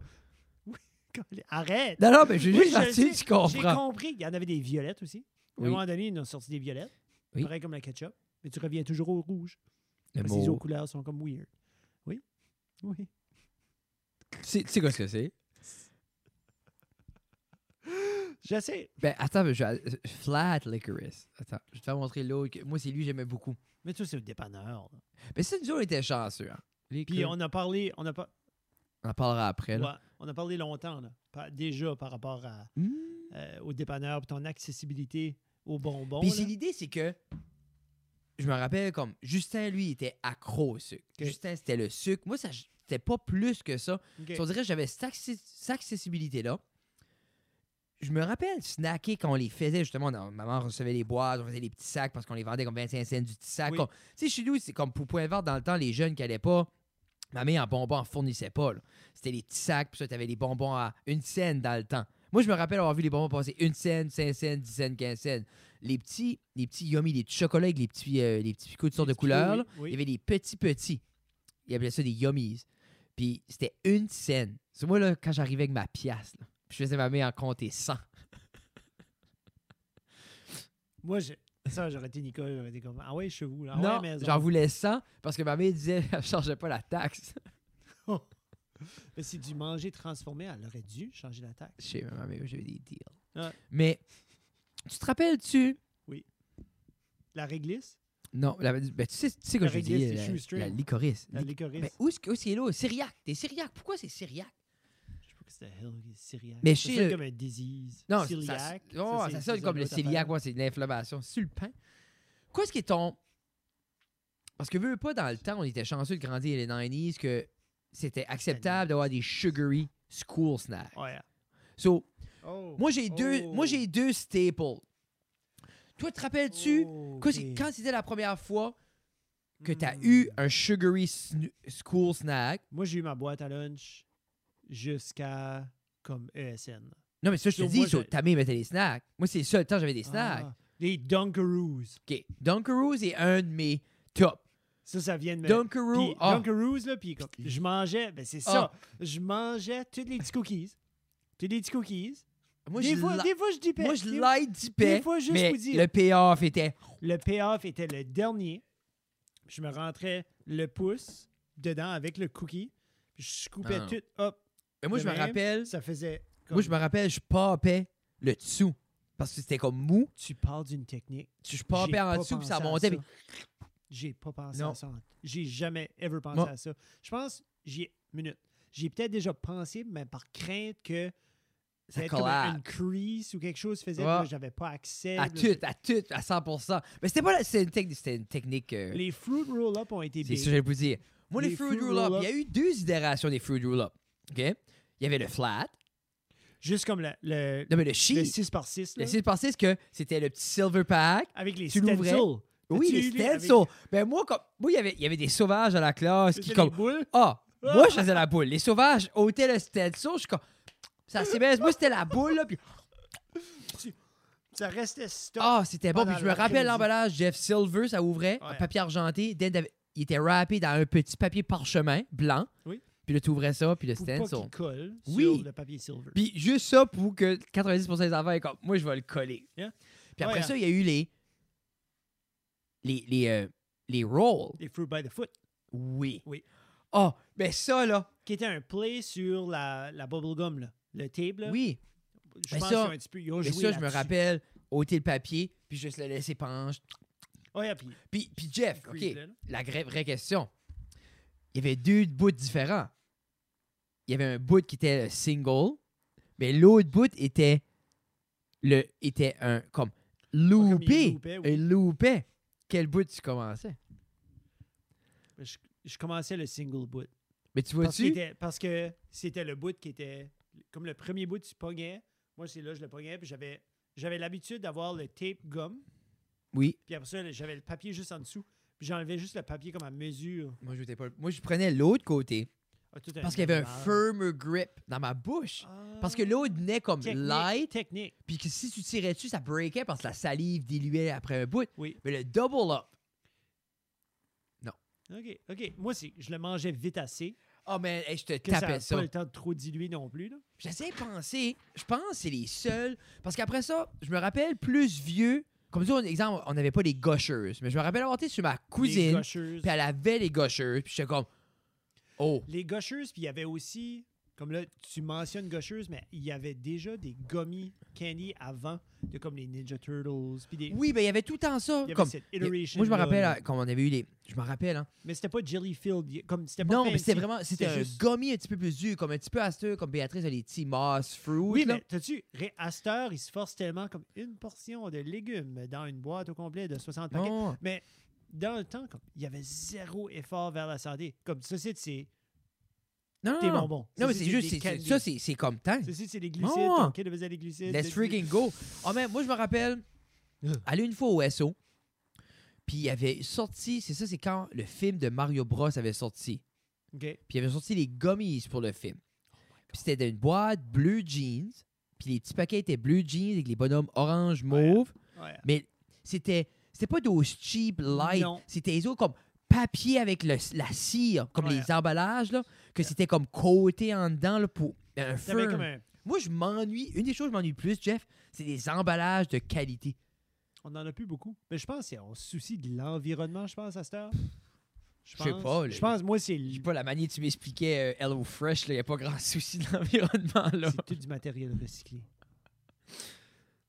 Speaker 2: Arrête!
Speaker 1: Non, non, mais j'ai
Speaker 2: Oui,
Speaker 1: juste
Speaker 2: je
Speaker 1: parti,
Speaker 2: sais,
Speaker 1: tu
Speaker 2: J'ai
Speaker 1: comprends.
Speaker 2: compris. Il y en avait des violettes aussi. À
Speaker 1: Oui.
Speaker 2: un moment donné, ils nous ont sorti des violettes.
Speaker 1: Oui.
Speaker 2: Pareil comme la ketchup. Mais tu reviens toujours au rouge.
Speaker 1: Le
Speaker 2: parce que les
Speaker 1: mot.
Speaker 2: autres couleurs sont comme weird. Oui. Oui.
Speaker 1: Tu sais- tu sais quoi ce que c'est?
Speaker 2: J'essaie.
Speaker 1: Ben, attends, mais je vais- flat licorice. Attends, je vais te faire montrer l'autre. que- Moi, c'est lui, que j'aimais beaucoup.
Speaker 2: Mais tout, c'est au dépanneur. là.
Speaker 1: Mais ça, nous, on était chanceux. hein.
Speaker 2: Puis on a parlé. On a, pas
Speaker 1: On en parlera après. Là.
Speaker 2: on a parlé longtemps, là. Pas- déjà, par rapport à,
Speaker 1: Hmm.
Speaker 2: euh, au dépanneur, puis ton accessibilité aux bonbons.
Speaker 1: Puis
Speaker 2: là.
Speaker 1: c'est l'idée, c'est que je me rappelle comme Justin, lui, il était accro au sucre.
Speaker 2: Ok.
Speaker 1: Justin, c'était le sucre. Moi, ça, c'était pas plus que ça.
Speaker 2: Ok.
Speaker 1: Si on dirait que j'avais cette, accessi- cette accessibilité-là. Je me rappelle snacker quand on les faisait, justement, on- maman recevait les boîtes, on faisait les petits sacs parce qu'on les vendait comme 25 cents du petit sac.
Speaker 2: Oui.
Speaker 1: comme- Tu sais, chez nous, c'est comme pour point vert dans le temps, les jeunes qui allaient pas, ma mère en bonbons en fournissait pas. là. C'était les petits sacs, puis ça, t'avais les bonbons à une scène dans le temps. Moi, je me rappelle avoir vu les bonbons passer une scène, cinq cents, dix cents, quinze cents. Les petits, les petits yummy, les petits chocolats avec les petits, euh, les petits picots de toutes sortes de
Speaker 2: Oui,
Speaker 1: couleurs, là.
Speaker 2: oui.
Speaker 1: Il y avait des petits petits. Ils appelaient ça des yummies. Puis c'était une scène. C'est moi, là, quand j'arrivais avec ma pièce, là, puis je faisais ma mère en compter 100.
Speaker 2: Moi, je- ça, j'aurais été Nicole. J'aurais été comme. Ah ouais, chez vous. Là. Ah
Speaker 1: non,
Speaker 2: ouais, maison.
Speaker 1: j'en voulais 100 parce que ma mère disait elle ne changeait pas la taxe.
Speaker 2: Mais si du manger transformé, elle aurait dû changer la taxe.
Speaker 1: Chez ma mère, j'avais des deals.
Speaker 2: Ouais.
Speaker 1: Mais tu te rappelles-tu?
Speaker 2: La réglisse,
Speaker 1: Non, la- ben, tu sais, tu sais que
Speaker 2: La
Speaker 1: je dis,
Speaker 2: réglisse, les
Speaker 1: la,
Speaker 2: shoestrings.
Speaker 1: la licorice.
Speaker 2: la
Speaker 1: Lic-
Speaker 2: licorice.
Speaker 1: Mais où est-ce que où est-ce qu'il est là? Syriaque. T'es syriaque. Pourquoi c'est syriaque?
Speaker 2: Je sais pas que c'était hell, syriaque.
Speaker 1: Mais
Speaker 2: ça
Speaker 1: chez-
Speaker 2: sonne comme un disease.
Speaker 1: Non,
Speaker 2: Celiac,
Speaker 1: ça, oh,
Speaker 2: c'est-
Speaker 1: ça
Speaker 2: c'est
Speaker 1: sonne
Speaker 2: une
Speaker 1: comme le
Speaker 2: autre
Speaker 1: celiac,
Speaker 2: affaire.
Speaker 1: ouais, c'est de l'inflammation. Sur le pain. Quoi, ce qui est ton. Parce que, veux veux pas, dans le temps, on était chanceux de grandir les 90s que c'était acceptable d'avoir des sugary school snacks.
Speaker 2: Ouais.
Speaker 1: So,
Speaker 2: Oh,
Speaker 1: moi, j'ai deux,
Speaker 2: oh,
Speaker 1: moi, j'ai deux staples. Toi, te rappelles-tu
Speaker 2: oh,
Speaker 1: quoi,
Speaker 2: ok.
Speaker 1: c'est- quand c'était la première fois que tu as
Speaker 2: Hmm.
Speaker 1: eu un sugary snu- school snack?
Speaker 2: Moi, j'ai eu ma boîte à lunch jusqu'à comme E ESN.
Speaker 1: Non, mais ça, je te
Speaker 2: So,
Speaker 1: dis,
Speaker 2: moi,
Speaker 1: so,
Speaker 2: je-
Speaker 1: ta mère mettait des snacks. Moi, c'est ça, le temps, j'avais des snacks.
Speaker 2: Ah, les Dunkaroos.
Speaker 1: OK. Dunkaroos est un de mes top.
Speaker 2: Ça, ça vient de me.
Speaker 1: Dunkaroo,
Speaker 2: Puis
Speaker 1: ah.
Speaker 2: Dunkaroos, là, puis comme- je mangeais, ben c'est ça. Je mangeais toutes les petits cookies. Toutes les petits cookies.
Speaker 1: Moi,
Speaker 2: des,
Speaker 1: je
Speaker 2: fois,
Speaker 1: la-
Speaker 2: des fois, je dipais.
Speaker 1: Moi, je
Speaker 2: Des-
Speaker 1: l'aide du
Speaker 2: Des
Speaker 1: paix,
Speaker 2: fois, juste
Speaker 1: mais
Speaker 2: pour dire.
Speaker 1: le payoff était...
Speaker 2: Le payoff était le dernier. Je me rentrais le pouce dedans avec le cookie. Puis je coupais
Speaker 1: Ah.
Speaker 2: tout. Hop,
Speaker 1: Mais moi,
Speaker 2: De
Speaker 1: je me
Speaker 2: même,
Speaker 1: rappelle...
Speaker 2: ça faisait. Comme...
Speaker 1: Moi, je me rappelle, je papais le dessous. Parce que c'était comme mou.
Speaker 2: Tu parles d'une technique.
Speaker 1: Tu- Je
Speaker 2: J'ai
Speaker 1: papais en
Speaker 2: pas
Speaker 1: dessous, puis ça
Speaker 2: pensé à
Speaker 1: montait.
Speaker 2: ça.
Speaker 1: puis-
Speaker 2: J'ai pas pensé
Speaker 1: Non.
Speaker 2: à ça. en- J'ai jamais, ever pensé
Speaker 1: Moi-
Speaker 2: à ça. Je pense, j'ai. Minute. J'ai peut-être déjà pensé, mais par crainte que
Speaker 1: Ça
Speaker 2: peut-être comme un-
Speaker 1: collapse.
Speaker 2: une crease ou quelque chose faisait
Speaker 1: Ouais.
Speaker 2: que j'avais pas accès.
Speaker 1: À
Speaker 2: là,
Speaker 1: tout, à tout, à 100%. Mais c'était pas la- c'était une, techni- c'était une technique. euh,
Speaker 2: Les fruit roll-up ont été
Speaker 1: C'est
Speaker 2: big.
Speaker 1: ça que j'allais vous dire. Moi, les,
Speaker 2: Les
Speaker 1: Fruit
Speaker 2: Fruit
Speaker 1: Roll-Up,
Speaker 2: Roll-Up.
Speaker 1: il y a eu deux itérations des Fruit Roll-Up. OK? Il y avait le flat.
Speaker 2: Juste comme le, le,
Speaker 1: Non, mais le sheet.
Speaker 2: le
Speaker 1: Le
Speaker 2: 6x6, là,
Speaker 1: 6 par 6 que c'était le petit silver pack.
Speaker 2: avec les
Speaker 1: tu
Speaker 2: stencils.
Speaker 1: l'ouvrais. Oui,
Speaker 2: As-tu
Speaker 1: les
Speaker 2: eu les- avec-
Speaker 1: stencils. Ben moi, comme, moi, il y avait- il y avait des sauvages à la classe qui,
Speaker 2: C'était
Speaker 1: comme,
Speaker 2: les boules.
Speaker 1: ah, moi, je faisais la boule. Les sauvages ôtaient le stencil. Je suis comme, ça c'est bien. Moi, c'était la boule, là, puis
Speaker 2: Ça restait stock.
Speaker 1: Ah, c'était bon.
Speaker 2: pendant
Speaker 1: Puis je me rappelle
Speaker 2: l'après-midi.
Speaker 1: l'emballage Jeff Silver, ça ouvrait, en
Speaker 2: Ouais.
Speaker 1: papier argenté. Dan avait- il était wrappé dans un petit papier parchemin blanc.
Speaker 2: Oui.
Speaker 1: Puis là, tu ouvrais ça, puis le
Speaker 2: pour pas
Speaker 1: stencil.
Speaker 2: qu'il colle
Speaker 1: Oui.
Speaker 2: sur le papier silver.
Speaker 1: Puis juste ça pour que 90% des enfants aient comme, moi, je vais le coller.
Speaker 2: Yeah.
Speaker 1: Puis après
Speaker 2: Ouais, hein.
Speaker 1: ça, il y a eu les. Les, les, euh, les rolls.
Speaker 2: Les Fruit by the Foot,
Speaker 1: Oui.
Speaker 2: Oui.
Speaker 1: Ah, mais ça, là.
Speaker 2: qui était un play sur la, la bubblegum, là. le tape. Là.
Speaker 1: Oui.
Speaker 2: je
Speaker 1: mais
Speaker 2: pense
Speaker 1: ça-
Speaker 2: qu'ils ont un petit peu. Ils ont
Speaker 1: Mais
Speaker 2: joué
Speaker 1: ça, je me
Speaker 2: là-dessus.
Speaker 1: rappelle, ôter le papier, puis juste le laisser pencher.
Speaker 2: Ouais, puis,
Speaker 1: Puis, puis Jeff, OK.
Speaker 2: Crease, là, là.
Speaker 1: la gra- vraie question. Il y avait deux bouts différents. Il y avait un bout qui était le single, mais l'autre bout était le était un comme
Speaker 2: il
Speaker 1: loupé,
Speaker 2: loupait, oui.
Speaker 1: un loupé. Quel bout tu commençais
Speaker 2: Je, je commençais le single boot.
Speaker 1: Mais tu
Speaker 2: Parce, qu'il
Speaker 1: vois-tu
Speaker 2: était- parce que c'était le bout qui était. Comme le premier bout, tu pognais. Moi, c'est là, je le pognais. Puis j'avais, j'avais l'habitude d'avoir le tape gum.
Speaker 1: Oui.
Speaker 2: Puis après ça, j'avais le papier juste en dessous. Puis j'enlevais juste le papier comme à mesure.
Speaker 1: Moi je, pas... Moi, je prenais l'autre côté
Speaker 2: Ah, tout un
Speaker 1: parce qu'il y avait un
Speaker 2: manuel.
Speaker 1: firmer grip dans ma bouche. Parce que l'autre venait comme
Speaker 2: Ah, Technique,
Speaker 1: light,
Speaker 2: Technique.
Speaker 1: puis que si tu tirais dessus, ça breakait parce que la salive diluait après un bout.
Speaker 2: Oui.
Speaker 1: Mais le double up,
Speaker 2: OK, OK. Moi, c'est, je le mangeais vite assez.
Speaker 1: oh man, hey, je te
Speaker 2: Que ça
Speaker 1: tapais
Speaker 2: n'a
Speaker 1: ça.
Speaker 2: pas le temps de trop diluer non plus. Là.
Speaker 1: J'essaie de penser. Je pense que c'est les seuls. Parce qu'après ça, je me rappelle plus vieux. Comme ça, on, exemple, on n'avait pas les gaucheuses. Mais je me rappelle avoir été sur ma
Speaker 2: Les
Speaker 1: cousine.
Speaker 2: gaucheuses.
Speaker 1: Puis elle avait les gaucheuses. Puis j'étais comme. Oh.
Speaker 2: Les gaucheuses, puis il y avait aussi, comme là, tu mentionnes gaucheuses, mais il y avait déjà des gummy candy avant, de comme les Ninja Turtles, puis des...
Speaker 1: Oui, ben il y avait tout le temps ça.
Speaker 2: il y avait
Speaker 1: Comme,
Speaker 2: cette
Speaker 1: il y a-
Speaker 2: iteration
Speaker 1: moi, je me
Speaker 2: là,
Speaker 1: rappelle,
Speaker 2: là.
Speaker 1: euh, comme on avait eu les. Je me rappelle, hein.
Speaker 2: Mais c'était pas Jelly Filled, il- comme c'était pas
Speaker 1: Non, mais
Speaker 2: fancy.
Speaker 1: c'était vraiment. C'était un
Speaker 2: C'était juste-
Speaker 1: gommier un petit peu plus dur. Comme un petit peu asteux. Comme Béatrice a les petits moss fruit.
Speaker 2: Oui,
Speaker 1: là.
Speaker 2: mais t'as-tu, Ré- à cette heure, ils se forcent tellement comme une portion de légumes dans une boîte au complet de 60 paquets.
Speaker 1: Non.
Speaker 2: Mais dans le temps, comme, il y avait zéro effort vers la santé. Comme ceci, c'est
Speaker 1: Non, non,
Speaker 2: des
Speaker 1: non.
Speaker 2: bonbons.
Speaker 1: Non, mais
Speaker 2: Ceci,
Speaker 1: c'est juste.
Speaker 2: des
Speaker 1: c'est- c'est-
Speaker 2: candies.
Speaker 1: Ça, c'est c'est comme tant.
Speaker 2: Ceci, c'est des glucides.
Speaker 1: Ouais.
Speaker 2: OK, de faisait des Ah. glucides.
Speaker 1: Let's
Speaker 2: des-
Speaker 1: freaking go. Ah, mais moi, je me rappelle,
Speaker 2: Ugh.
Speaker 1: aller une fois au SO, puis il avait sorti, c'est ça, c'est quand le film de Mario Bros avait sorti.
Speaker 2: OK.
Speaker 1: Puis il avait sorti les gummies pour le film. Puis c'était dans une boîte bleu jeans, puis les petits paquets étaient bleu jeans avec les bonhommes orange,
Speaker 2: Ouais.
Speaker 1: mauve.
Speaker 2: Ouais.
Speaker 1: Mais c'était c'était pas d'os cheap, light.
Speaker 2: Non.
Speaker 1: C'était les autres comme papier avec le- la cire, comme
Speaker 2: Ouais.
Speaker 1: les emballages, là, que
Speaker 2: Ouais.
Speaker 1: c'était comme coté en dedans là, pour ben, un
Speaker 2: T'avais
Speaker 1: firm.
Speaker 2: comme un-
Speaker 1: Moi, je m'ennuie. Une des choses que je m'ennuie le plus, Jeff, c'est des emballages de qualité.
Speaker 2: On en a plus beaucoup. Mais je pense qu'on se soucie de l'environnement, je pense, à cette heure.
Speaker 1: Je sais
Speaker 2: pense-
Speaker 1: pas, le-
Speaker 2: Je pense, moi, c'est
Speaker 1: Je sais
Speaker 2: l-
Speaker 1: pas, la manière que tu m'expliquais euh, Hello Fresh, il n'y a pas grand souci de l'environnement. là.
Speaker 2: c'est tout du matériel recyclé.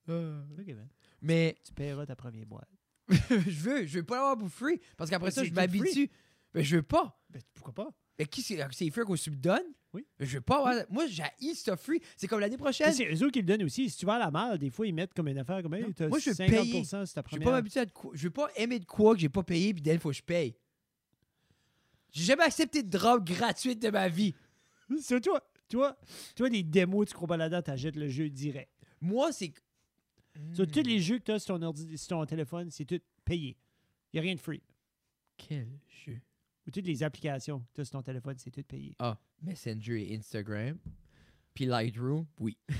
Speaker 1: Euh.
Speaker 2: OK, man.
Speaker 1: Mais
Speaker 2: Tu paieras ta première boîte.
Speaker 1: je veux, je veux pas l'avoir pour free. Parce qu'après
Speaker 2: Mais
Speaker 1: ça,
Speaker 2: c'est
Speaker 1: je
Speaker 2: tout
Speaker 1: m'habitue. Mais je veux pas.
Speaker 2: Ben, pourquoi pas?
Speaker 1: Mais qui c'est c'est les free qu'on se le donne?
Speaker 2: Oui.
Speaker 1: Je veux pas avoir. Moi, j'ai ce free. C'est comme l'année
Speaker 2: Mais
Speaker 1: prochaine.
Speaker 2: C'est eux autres qui le donnent aussi. Si tu vas à la malle, des fois, ils mettent comme une affaire comme
Speaker 1: Non.
Speaker 2: hey, t'as
Speaker 1: Moi, je veux
Speaker 2: 50% sur ta
Speaker 1: Je veux pas
Speaker 2: première.
Speaker 1: m'habituer à de quoi. Je veux pas aimer de quoi que j'ai pas payé, puis d'elle, faut que je paye. J'ai jamais accepté de drogue gratuite de ma vie.
Speaker 2: C'est toi. Toi, toi, des démos, tu crois pas là-dedans, t'achètes le jeu direct.
Speaker 1: Moi, c'est.
Speaker 2: Sur tous les jeux que t'as sur ton, ordi- sur ton téléphone, c'est tout payé. Il a rien de free.
Speaker 1: Hmm, Quel jeu?
Speaker 2: Ou toutes les applications que t'as sur ton téléphone, c'est tout payé.
Speaker 1: Ah, Messenger et Instagram. Puis Lightroom, oui.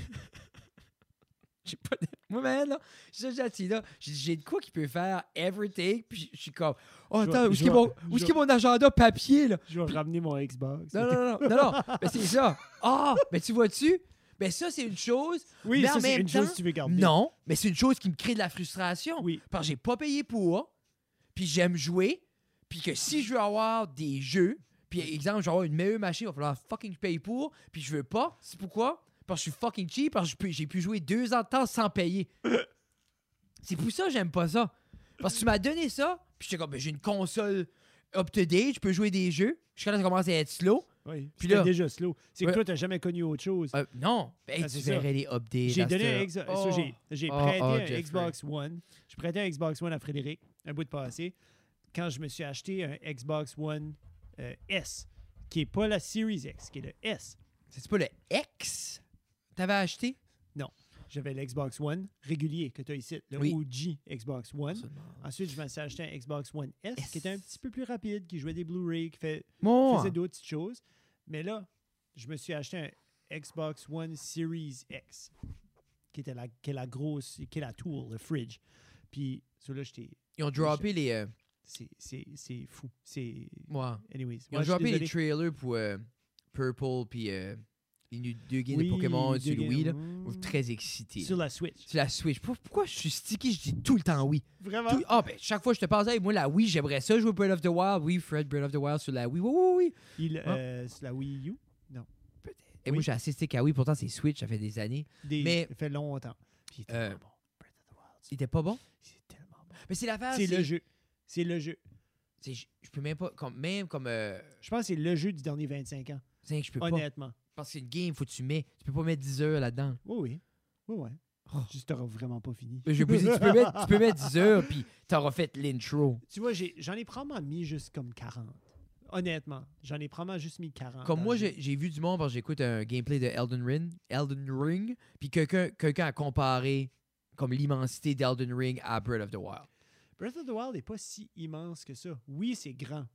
Speaker 1: J'ai pas de... Moi, man, là, je suis gentil, là. J'ai- J'ai de quoi qui peut faire everything. Puis je suis comme, oh,
Speaker 2: Je vais-
Speaker 1: attends, où
Speaker 2: je
Speaker 1: est-ce que
Speaker 2: vais-
Speaker 1: mon,
Speaker 2: je
Speaker 1: où est-ce
Speaker 2: vais-
Speaker 1: que mon agenda papier, là?
Speaker 2: Je vais ramener mon Xbox.
Speaker 1: Non, non, non, non, non, non. Mais c'est ça. Ah, mais tu vois-tu? Mais ça, c'est une chose.
Speaker 2: Oui,
Speaker 1: Mais en
Speaker 2: ça, c'est
Speaker 1: même
Speaker 2: une chose
Speaker 1: temps,
Speaker 2: que tu veux garder.
Speaker 1: Non, mais c'est une chose qui me crée de la frustration.
Speaker 2: Oui.
Speaker 1: Parce que j'ai pas payé pour, puis j'aime jouer, puis que si je veux avoir des jeux, puis exemple, je vais avoir une meilleure machine, il va falloir fucking que je paye pour, puis je veux pas. C'est pourquoi? Parce que je suis fucking cheap, parce que je peux- j'ai pu jouer deux ans de temps sans payer. c'est pour ça que j'aime pas ça. Parce que tu m'as donné ça, puis j'étais comme, ben, j'ai une console up-to-date, je peux jouer des jeux. Je commence à commencer à être slow.
Speaker 2: Oui.
Speaker 1: Puis
Speaker 2: Puis là,
Speaker 1: là-
Speaker 2: déjà slow. C'est que
Speaker 1: Ouais.
Speaker 2: toi, t'as jamais connu autre chose.
Speaker 1: Euh, non, Hey,
Speaker 2: Ah,
Speaker 1: tu
Speaker 2: c'est ça.
Speaker 1: verrais les updates.
Speaker 2: J'ai
Speaker 1: à
Speaker 2: donné
Speaker 1: cette
Speaker 2: un
Speaker 1: heure.
Speaker 2: Xbox.
Speaker 1: Oh.
Speaker 2: J'ai, j'ai
Speaker 1: Oh,
Speaker 2: prêté
Speaker 1: oh,
Speaker 2: un
Speaker 1: Jeffrey.
Speaker 2: Xbox One. J'ai prêté un Xbox One à Frédéric un bout de passé quand je me suis acheté un Xbox One euh, S, qui n'est pas la Series X, qui est le S.
Speaker 1: Oh. C'est pas le X t'avais acheté?
Speaker 2: J'avais l'Xbox One régulier que tu as ici, le
Speaker 1: Oui.
Speaker 2: OG Xbox One. Ensuite, je me suis acheté un Xbox One S,
Speaker 1: S.
Speaker 2: qui était un petit peu plus rapide, qui jouait des Blu-ray, qui fait,
Speaker 1: Bon.
Speaker 2: faisait d'autres petites choses. Mais là, je me suis acheté un Xbox One Series X, qui était la, qui est la grosse, qui est la tool, le fridge. Puis, celui-là, j'étais.
Speaker 1: Ils ont droppé les. euh,
Speaker 2: C'est, c'est, c'est fou. C'est.
Speaker 1: ouais.
Speaker 2: Anyways.
Speaker 1: Ils ont
Speaker 2: ouais, je suis
Speaker 1: droppé les
Speaker 2: désolé.
Speaker 1: trailers pour euh, Purple puis euh, les nu- deux games
Speaker 2: Oui,
Speaker 1: de Pokémon
Speaker 2: deux
Speaker 1: sur le
Speaker 2: games.
Speaker 1: Wii. Là.
Speaker 2: Mm.
Speaker 1: Très excité.
Speaker 2: Sur la Switch.
Speaker 1: C'est la Switch. Pour- Pourquoi je suis sticky, je dis tout le temps oui.
Speaker 2: Vraiment?
Speaker 1: Tout- Ah, ben, chaque fois que je te parle, hey, moi, la Wii, j'aimerais ça jouer Breath of the Wild. Oui, Fred, Breath of the Wild sur la Wii. Oui, oui, oui.
Speaker 2: Il,
Speaker 1: Ah.
Speaker 2: euh, sur la Wii U.
Speaker 1: Et
Speaker 2: Oui.
Speaker 1: moi, j'ai assisté qu'à Wii, pourtant, c'est Switch, ça fait des années.
Speaker 2: Des,
Speaker 1: Mais-
Speaker 2: Ça fait longtemps. Puis, il était
Speaker 1: Euh,
Speaker 2: tellement bon. Breath of the Wild.
Speaker 1: Il était pas bon.
Speaker 2: C'est tellement bon.
Speaker 1: Mais c'est l'affaire.
Speaker 2: c'est le jeu. C'est le jeu.
Speaker 1: c'est- Je je peux même pas. Comme, même comme. euh,
Speaker 2: Je pense que c'est le jeu du dernier 25 ans.
Speaker 1: c'est que je peux pas.
Speaker 2: Honnêtement.
Speaker 1: Parce que c'est une game, faut que tu mets. Tu peux pas mettre 10 heures là-dedans.
Speaker 2: Oui, oui. Oui, oui.
Speaker 1: Oh.
Speaker 2: Juste, t'auras vraiment pas fini.
Speaker 1: Mais J'ai pas dit, tu peux mettre, tu peux mettre 10 heures, puis t'auras fait l'intro.
Speaker 2: Tu vois, j'ai- j'en ai, probablement mis juste comme 40. Honnêtement. J'en ai probablement juste mis 40.
Speaker 1: Comme
Speaker 2: dans
Speaker 1: moi,
Speaker 2: le jeu.
Speaker 1: j'ai j'ai vu du monde parce que j'écoute un gameplay de Elden Ring, Elden Ring puis quelqu'un quelqu'un a comparé comme l'immensité d'Elden Ring à Breath of the Wild.
Speaker 2: Breath of the Wild n'est pas si immense que ça. Oui, c'est grand.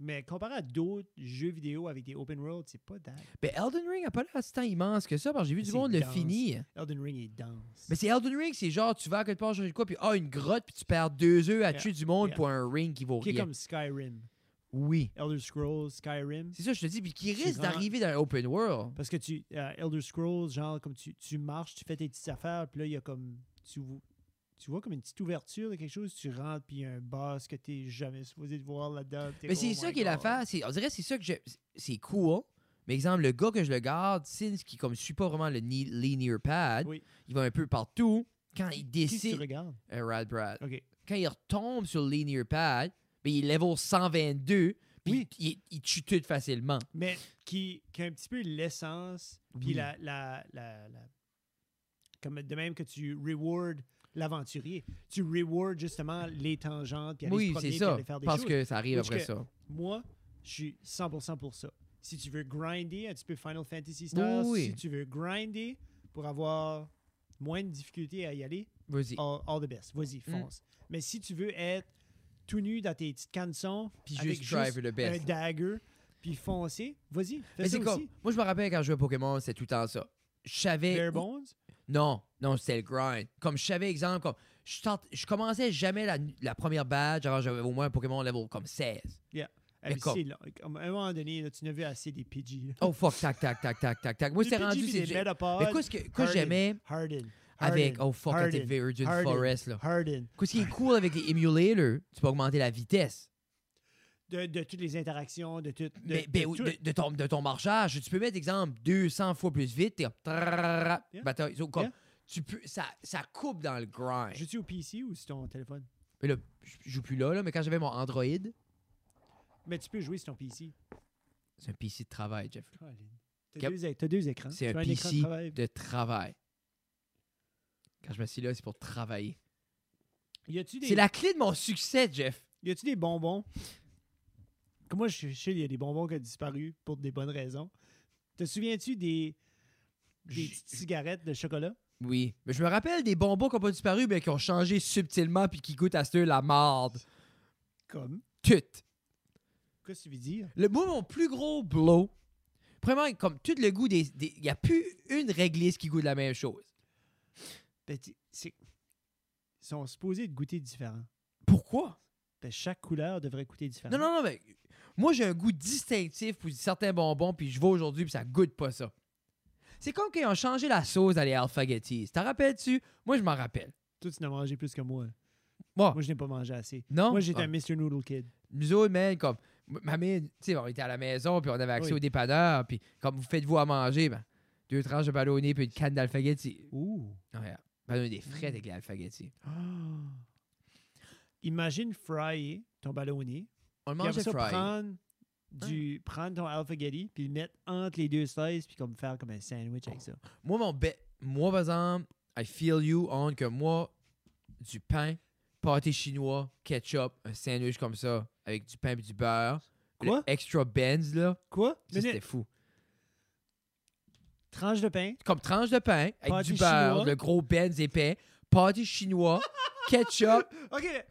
Speaker 2: Mais comparé à d'autres jeux vidéo avec des open world, c'est pas dingue.
Speaker 1: Mais Elden Ring a pas l'air si tant immense que ça parce que j'ai vu
Speaker 2: Mais
Speaker 1: du
Speaker 2: c'est
Speaker 1: monde le
Speaker 2: dense.
Speaker 1: finir.
Speaker 2: Elden Ring est dense.
Speaker 1: Mais c'est Elden Ring, c'est genre tu vas à quelque part chercher quoi, puis ah, une grotte, puis tu perds deux œufs à
Speaker 2: Yeah.
Speaker 1: tuer du monde
Speaker 2: Yeah.
Speaker 1: pour un ring qui vaut
Speaker 2: Qui est
Speaker 1: rien.
Speaker 2: comme Skyrim.
Speaker 1: Oui.
Speaker 2: Elder Scrolls, Skyrim.
Speaker 1: C'est ça, je te dis, puis qui
Speaker 2: C'est
Speaker 1: risque
Speaker 2: vraiment-
Speaker 1: d'arriver dans l'open world.
Speaker 2: Parce que tu euh, Elder Scrolls, genre, comme tu, tu marches, tu fais tes petites affaires, puis là, il y a comme. Tu, vo- tu vois comme une petite ouverture de quelque chose, tu rentres, puis il y a un boss que t'es jamais supposé de voir là-dedans. puis t'es,
Speaker 1: Mais c'est
Speaker 2: oh
Speaker 1: ça
Speaker 2: my
Speaker 1: qui est
Speaker 2: God.
Speaker 1: l'affaire. c'est- On dirait que c'est ça que j'ai- C'est cool. Mais exemple, le gars que je le garde, Sins, qui comme suit pas vraiment le ni- linear pad,
Speaker 2: Oui.
Speaker 1: il va un peu partout. Quand il
Speaker 2: Qui que tu
Speaker 1: décide.
Speaker 2: regardes
Speaker 1: Euh, Rad Brad.
Speaker 2: Ok.
Speaker 1: Quand il retombe sur le linear pad, ben, il est level 122. Puis
Speaker 2: Oui.
Speaker 1: il, il tue tout facilement.
Speaker 2: Mais qui, qui a un petit peu l'essence, puis
Speaker 1: Oui.
Speaker 2: la, la, la, la- Comme de même que tu rewards l'aventurier. Tu rewards justement les tangentes, puis aller se
Speaker 1: Oui,
Speaker 2: promener,
Speaker 1: c'est
Speaker 2: puis
Speaker 1: ça.
Speaker 2: aller faire des
Speaker 1: Parce
Speaker 2: choses.
Speaker 1: que ça arrive
Speaker 2: Parce
Speaker 1: après
Speaker 2: que-
Speaker 1: ça.
Speaker 2: Moi, je suis 100% pour ça. Si tu veux grinder un petit peu Final Fantasy
Speaker 1: Oui,
Speaker 2: Stars,
Speaker 1: oui.
Speaker 2: si tu veux grinder pour avoir moins de difficultés à y aller,
Speaker 1: Vas-y.
Speaker 2: all, all the best. Vas-y,
Speaker 1: Mm.
Speaker 2: fonce. Mais si tu veux être tout nu dans tes petites cançons,
Speaker 1: Puis
Speaker 2: avec
Speaker 1: juste try for the best.
Speaker 2: un dagger, puis foncer, vas-y, fais
Speaker 1: Mais
Speaker 2: ça
Speaker 1: c'est
Speaker 2: aussi.
Speaker 1: comme. Moi, je me rappelle quand je jouais à Pokémon, c'était tout le temps ça. Je savais.
Speaker 2: Bare
Speaker 1: où-
Speaker 2: bones,
Speaker 1: Non, non, c'était le grind. Comme je savais, exemple, comme je, tente- je commençais jamais la, la première badge avant j'avais au moins un Pokémon level comme 16.
Speaker 2: Ah, mais
Speaker 1: mais comme-
Speaker 2: c'est long. Comme, à un moment donné, là, tu n'as vu assez des PG. là.
Speaker 1: Oh fuck, tac, tac, tac, tac, tac, tac. Moi,
Speaker 2: Des
Speaker 1: c'était
Speaker 2: PG,
Speaker 1: rendu.
Speaker 2: puis
Speaker 1: c'est-
Speaker 2: des
Speaker 1: j'ai-
Speaker 2: Metapods,
Speaker 1: Mais qu'est-ce que, que
Speaker 2: Harden,
Speaker 1: j'aimais
Speaker 2: Harden,
Speaker 1: avec.
Speaker 2: Harden,
Speaker 1: Oh fuck, avec
Speaker 2: Harden,
Speaker 1: les Virgin
Speaker 2: Harden,
Speaker 1: Forest, là.
Speaker 2: Harden.
Speaker 1: Qu'est-ce qui est cool avec les emulators, tu peux augmenter la vitesse
Speaker 2: De, de toutes les interactions, de tout. de-
Speaker 1: mais,
Speaker 2: de
Speaker 1: ben, oui,
Speaker 2: tout.
Speaker 1: de, de ton, de ton marchage. Tu peux mettre, exemple, 200 fois plus vite. T'es comme. trrrrrrrrrrrrrrrrrrrrrrrrrrrrrrrrrrrrrrrrrrrrrrrrrrrrrrr.
Speaker 2: Yeah.
Speaker 1: Bataille. So, comme,
Speaker 2: Yeah.
Speaker 1: tu peux, ça, ça coupe dans le grind.
Speaker 2: Je suis au PC ou sur ton téléphone?
Speaker 1: Mais là, je je joue plus là, là, mais quand j'avais mon Android,
Speaker 2: Mais tu peux jouer sur ton PC.
Speaker 1: c'est un PC de travail, Jeff.
Speaker 2: Colin.
Speaker 1: Cap-
Speaker 2: T'as deux, é- t'as deux écrans.
Speaker 1: C'est
Speaker 2: Tu
Speaker 1: un
Speaker 2: as écran de
Speaker 1: PC
Speaker 2: travail.
Speaker 1: de travail. Quand je m'assieds là, c'est pour travailler.
Speaker 2: Y a-tu des,
Speaker 1: C'est la clé de mon succès, Jeff.
Speaker 2: y a-tu des bonbons? Comme moi, je je sais, il y a des bonbons qui ont disparu pour des bonnes raisons. Te souviens-tu des, des
Speaker 1: J-
Speaker 2: petites cigarettes de chocolat?
Speaker 1: Oui. Mais je me rappelle des bonbons qui n'ont pas disparu, mais qui ont changé subtilement puis qui goûtent à ce la marde.
Speaker 2: Comme?
Speaker 1: Tout.
Speaker 2: Qu'est-ce que tu veux dire?
Speaker 1: Le moi, mon plus gros blow, vraiment, comme tout le goût des. Il n'y a plus une réglisse qui goûte la même chose.
Speaker 2: Ben, tu- c'est- Ils sont supposés de goûter différent.
Speaker 1: Pourquoi?
Speaker 2: Ben, chaque couleur devrait goûter différent.
Speaker 1: Non, non, non, mais. Moi, j'ai un goût distinctif pour certains bonbons, puis je vais aujourd'hui, puis ça goûte pas ça. C'est comme qu'ils ont changé la sauce dans les Alphagetti. T'en rappelles-tu? Moi, je m'en rappelle.
Speaker 2: Toi, tu n'as mangé plus que moi.
Speaker 1: Bon,
Speaker 2: Moi, je n'ai pas mangé assez.
Speaker 1: non?
Speaker 2: Moi, j'étais
Speaker 1: Ah.
Speaker 2: un Mr. Noodle Kid.
Speaker 1: nous autres, man, comme, m- ma mère, tu sais, on était à la maison, puis on avait accès
Speaker 2: Oui.
Speaker 1: au dépanneur, puis comme vous faites-vous à manger, ben, deux tranches de ballonné, puis une canne d'alphagetti.
Speaker 2: Ouh!
Speaker 1: Ouais, ballonné ben, des frais
Speaker 2: Mm.
Speaker 1: avec les alphagetti.
Speaker 2: Ah. Imagine fryer ton ballonné.
Speaker 1: On le
Speaker 2: Puis
Speaker 1: mangeait
Speaker 2: après ça,
Speaker 1: fry. Hein?
Speaker 2: prendre du prendre ton alphagetti puis le mettre entre les deux slices puis comme faire comme un sandwich avec ça.
Speaker 1: Moi, mon bet, moi, par exemple, I feel you on que moi, du pain, pâté chinois, ketchup, un sandwich comme ça, avec du pain et du beurre.
Speaker 2: Quoi?
Speaker 1: Le extra Benz, là,
Speaker 2: Quoi?
Speaker 1: ça, c'était
Speaker 2: Minute.
Speaker 1: fou.
Speaker 2: Tranche de pain.
Speaker 1: Comme tranche de pain, avec
Speaker 2: Pâté
Speaker 1: du beurre,
Speaker 2: chinois.
Speaker 1: le gros Benz épais, pâté chinois, ketchup.
Speaker 2: OK.